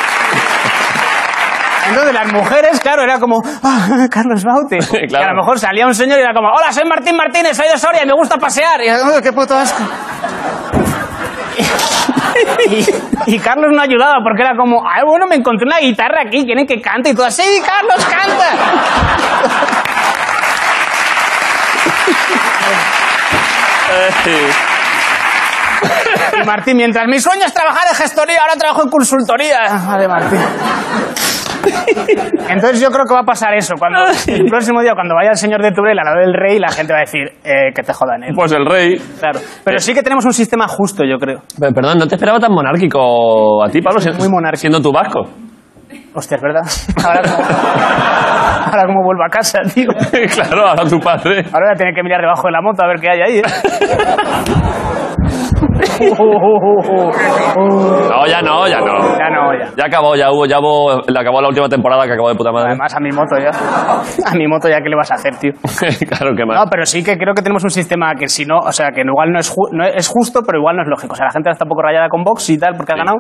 entonces las mujeres, claro, era como, "Ah, Carlos Baute. Y a lo mejor salía un señor y era como, hola, soy Martín Martínez, soy de Soria y me gusta pasear. Y era como, qué puto asco. Y, y Carlos no ayudaba porque era como, ay, bueno, me encontré una guitarra aquí, quieren que cante. Y todo, sí, Carlos, canta. Y Martín, mientras mi sueño es trabajar en gestoría, ahora trabajo en consultoría. Vale, Martín. Entonces yo creo que va a pasar eso. Cuando, el próximo día, cuando vaya el señor de Turel a la del rey, la gente va a decir eh, que te jodan él.
Pues el rey.
Claro. Pero sí que tenemos un sistema justo, yo creo.
Pero, perdón, no te esperaba tan monárquico a ti, Pablo. Muy monárquico. Siendo tu vasco.
Hostia, es verdad. Ahora como, ahora como vuelvo a casa, tío.
claro, ahora tu padre.
Ahora voy a tener que mirar debajo de la moto a ver qué hay ahí. ¿eh? Uh, uh, uh, uh.
No, ya no, ya no.
Ya no, ya.
Ya acabó, ya hubo, ya hubo. Le acabó la última temporada que acabó de puta madre.
Además, a mi moto ya. A mi moto ya, ¿qué le vas a hacer, tío?
claro, que más.
No, pero sí que creo que tenemos un sistema que si no, o sea, que igual no es, ju- no es justo, pero igual no es lógico. O sea, la gente está un poco rayada con Vox y tal porque ha ganado,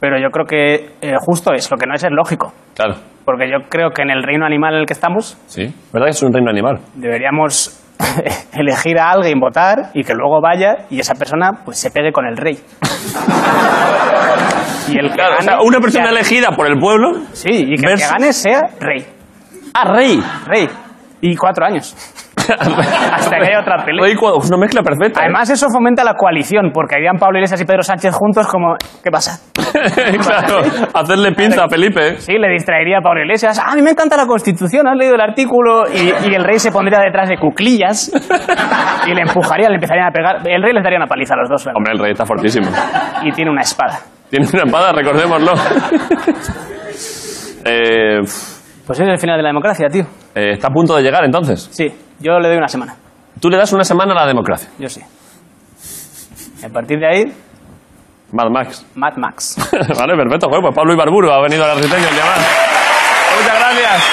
pero yo creo que eh, justo es, lo que no es es lógico.
Claro.
Porque yo creo que en el reino animal en el que estamos
Sí. ¿Verdad que es un reino animal?
deberíamos elegir a alguien, votar y que luego vaya y esa persona pues se pegue con el rey. y el que
Claro, o sea,
gane-
una persona
que-
elegida por el pueblo.
Sí, y que el que gane sea rey.
Ah, rey.
Rey. Y cuatro años. Hasta que haya otra pelea.
Rey cuadro. Una mezcla perfecta. ¿eh?
Además, eso fomenta la coalición, porque harían Pablo Iglesias y Pedro Sánchez juntos como... ¿Qué pasa?
claro, hacerle pinza a Felipe.
Sí, le distraería a Pablo Iglesias. "Ah, a mí me encanta la Constitución, has leído el artículo. Y, y el rey se pondría detrás de cuclillas y le empujaría, le empezarían a pegar. El rey les daría una paliza a los dos. la
Hombre, el rey está fortísimo.
verdad. Y tiene una espada.
Tiene una espada, recordémoslo. Eh,
Pues ese es el final de la democracia, tío.
eh, está a punto de llegar entonces.
Sí, yo le doy una semana.
Tú le das una semana a la democracia.
Yo sí. Y a partir de ahí,
Mad Max.
Mad Max.
vale, perfecto. Joder, pues Pablo Ibarburu ha venido a la resistencia el día más. Muchas gracias.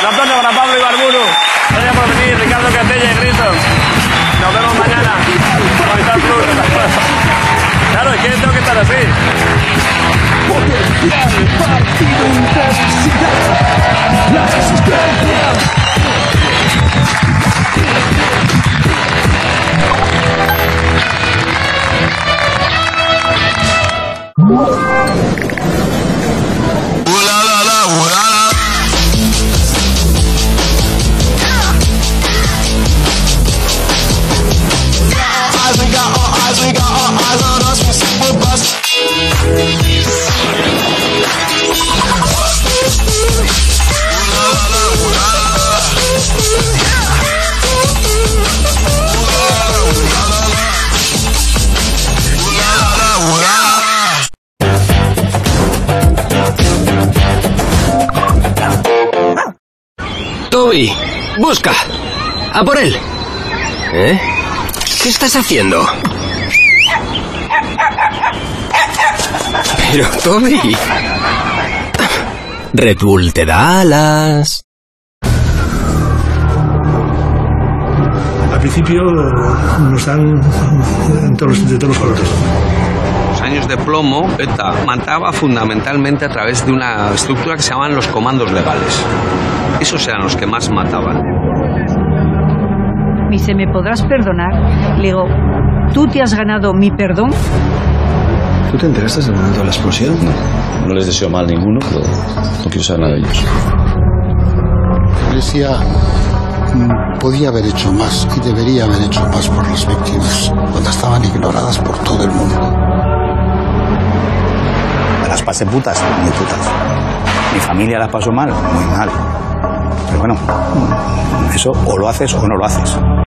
Un aplauso para Pablo Ibarburu. Gracias por venir, Ricardo Catella y Grison. Nos vemos mañana. con Movistar Plus. Claro, es que tengo que estar así.
partido intensidad, la resistencia.
Eyes, we got all eyes, we got all eyes on us. We super bust.
Toby, busca. A por él. ¿Eh? ¿Qué estás haciendo? Pero Toby. Red Bull te da alas.
Al principio eh, nos dan en todos los- de todos los colores.
Los años de plomo, ETA mataba fundamentalmente a través de una estructura que se llamaban los comandos legales. Esos eran los que más mataban.
Me dice, ¿me podrás perdonar? Le digo, ¿tú te has ganado mi perdón?
¿Tú te enteraste del momento de la explosión? No, no les deseo mal ninguno, pero no quiero saber nada de ellos.
Iglesia mm, podía haber hecho más y debería haber hecho más por las víctimas cuando estaban ignoradas por todo el mundo.
Las pasé putas, muy putas. Mi familia las pasó mal, muy mal. Pero bueno, eso o lo haces o no lo haces.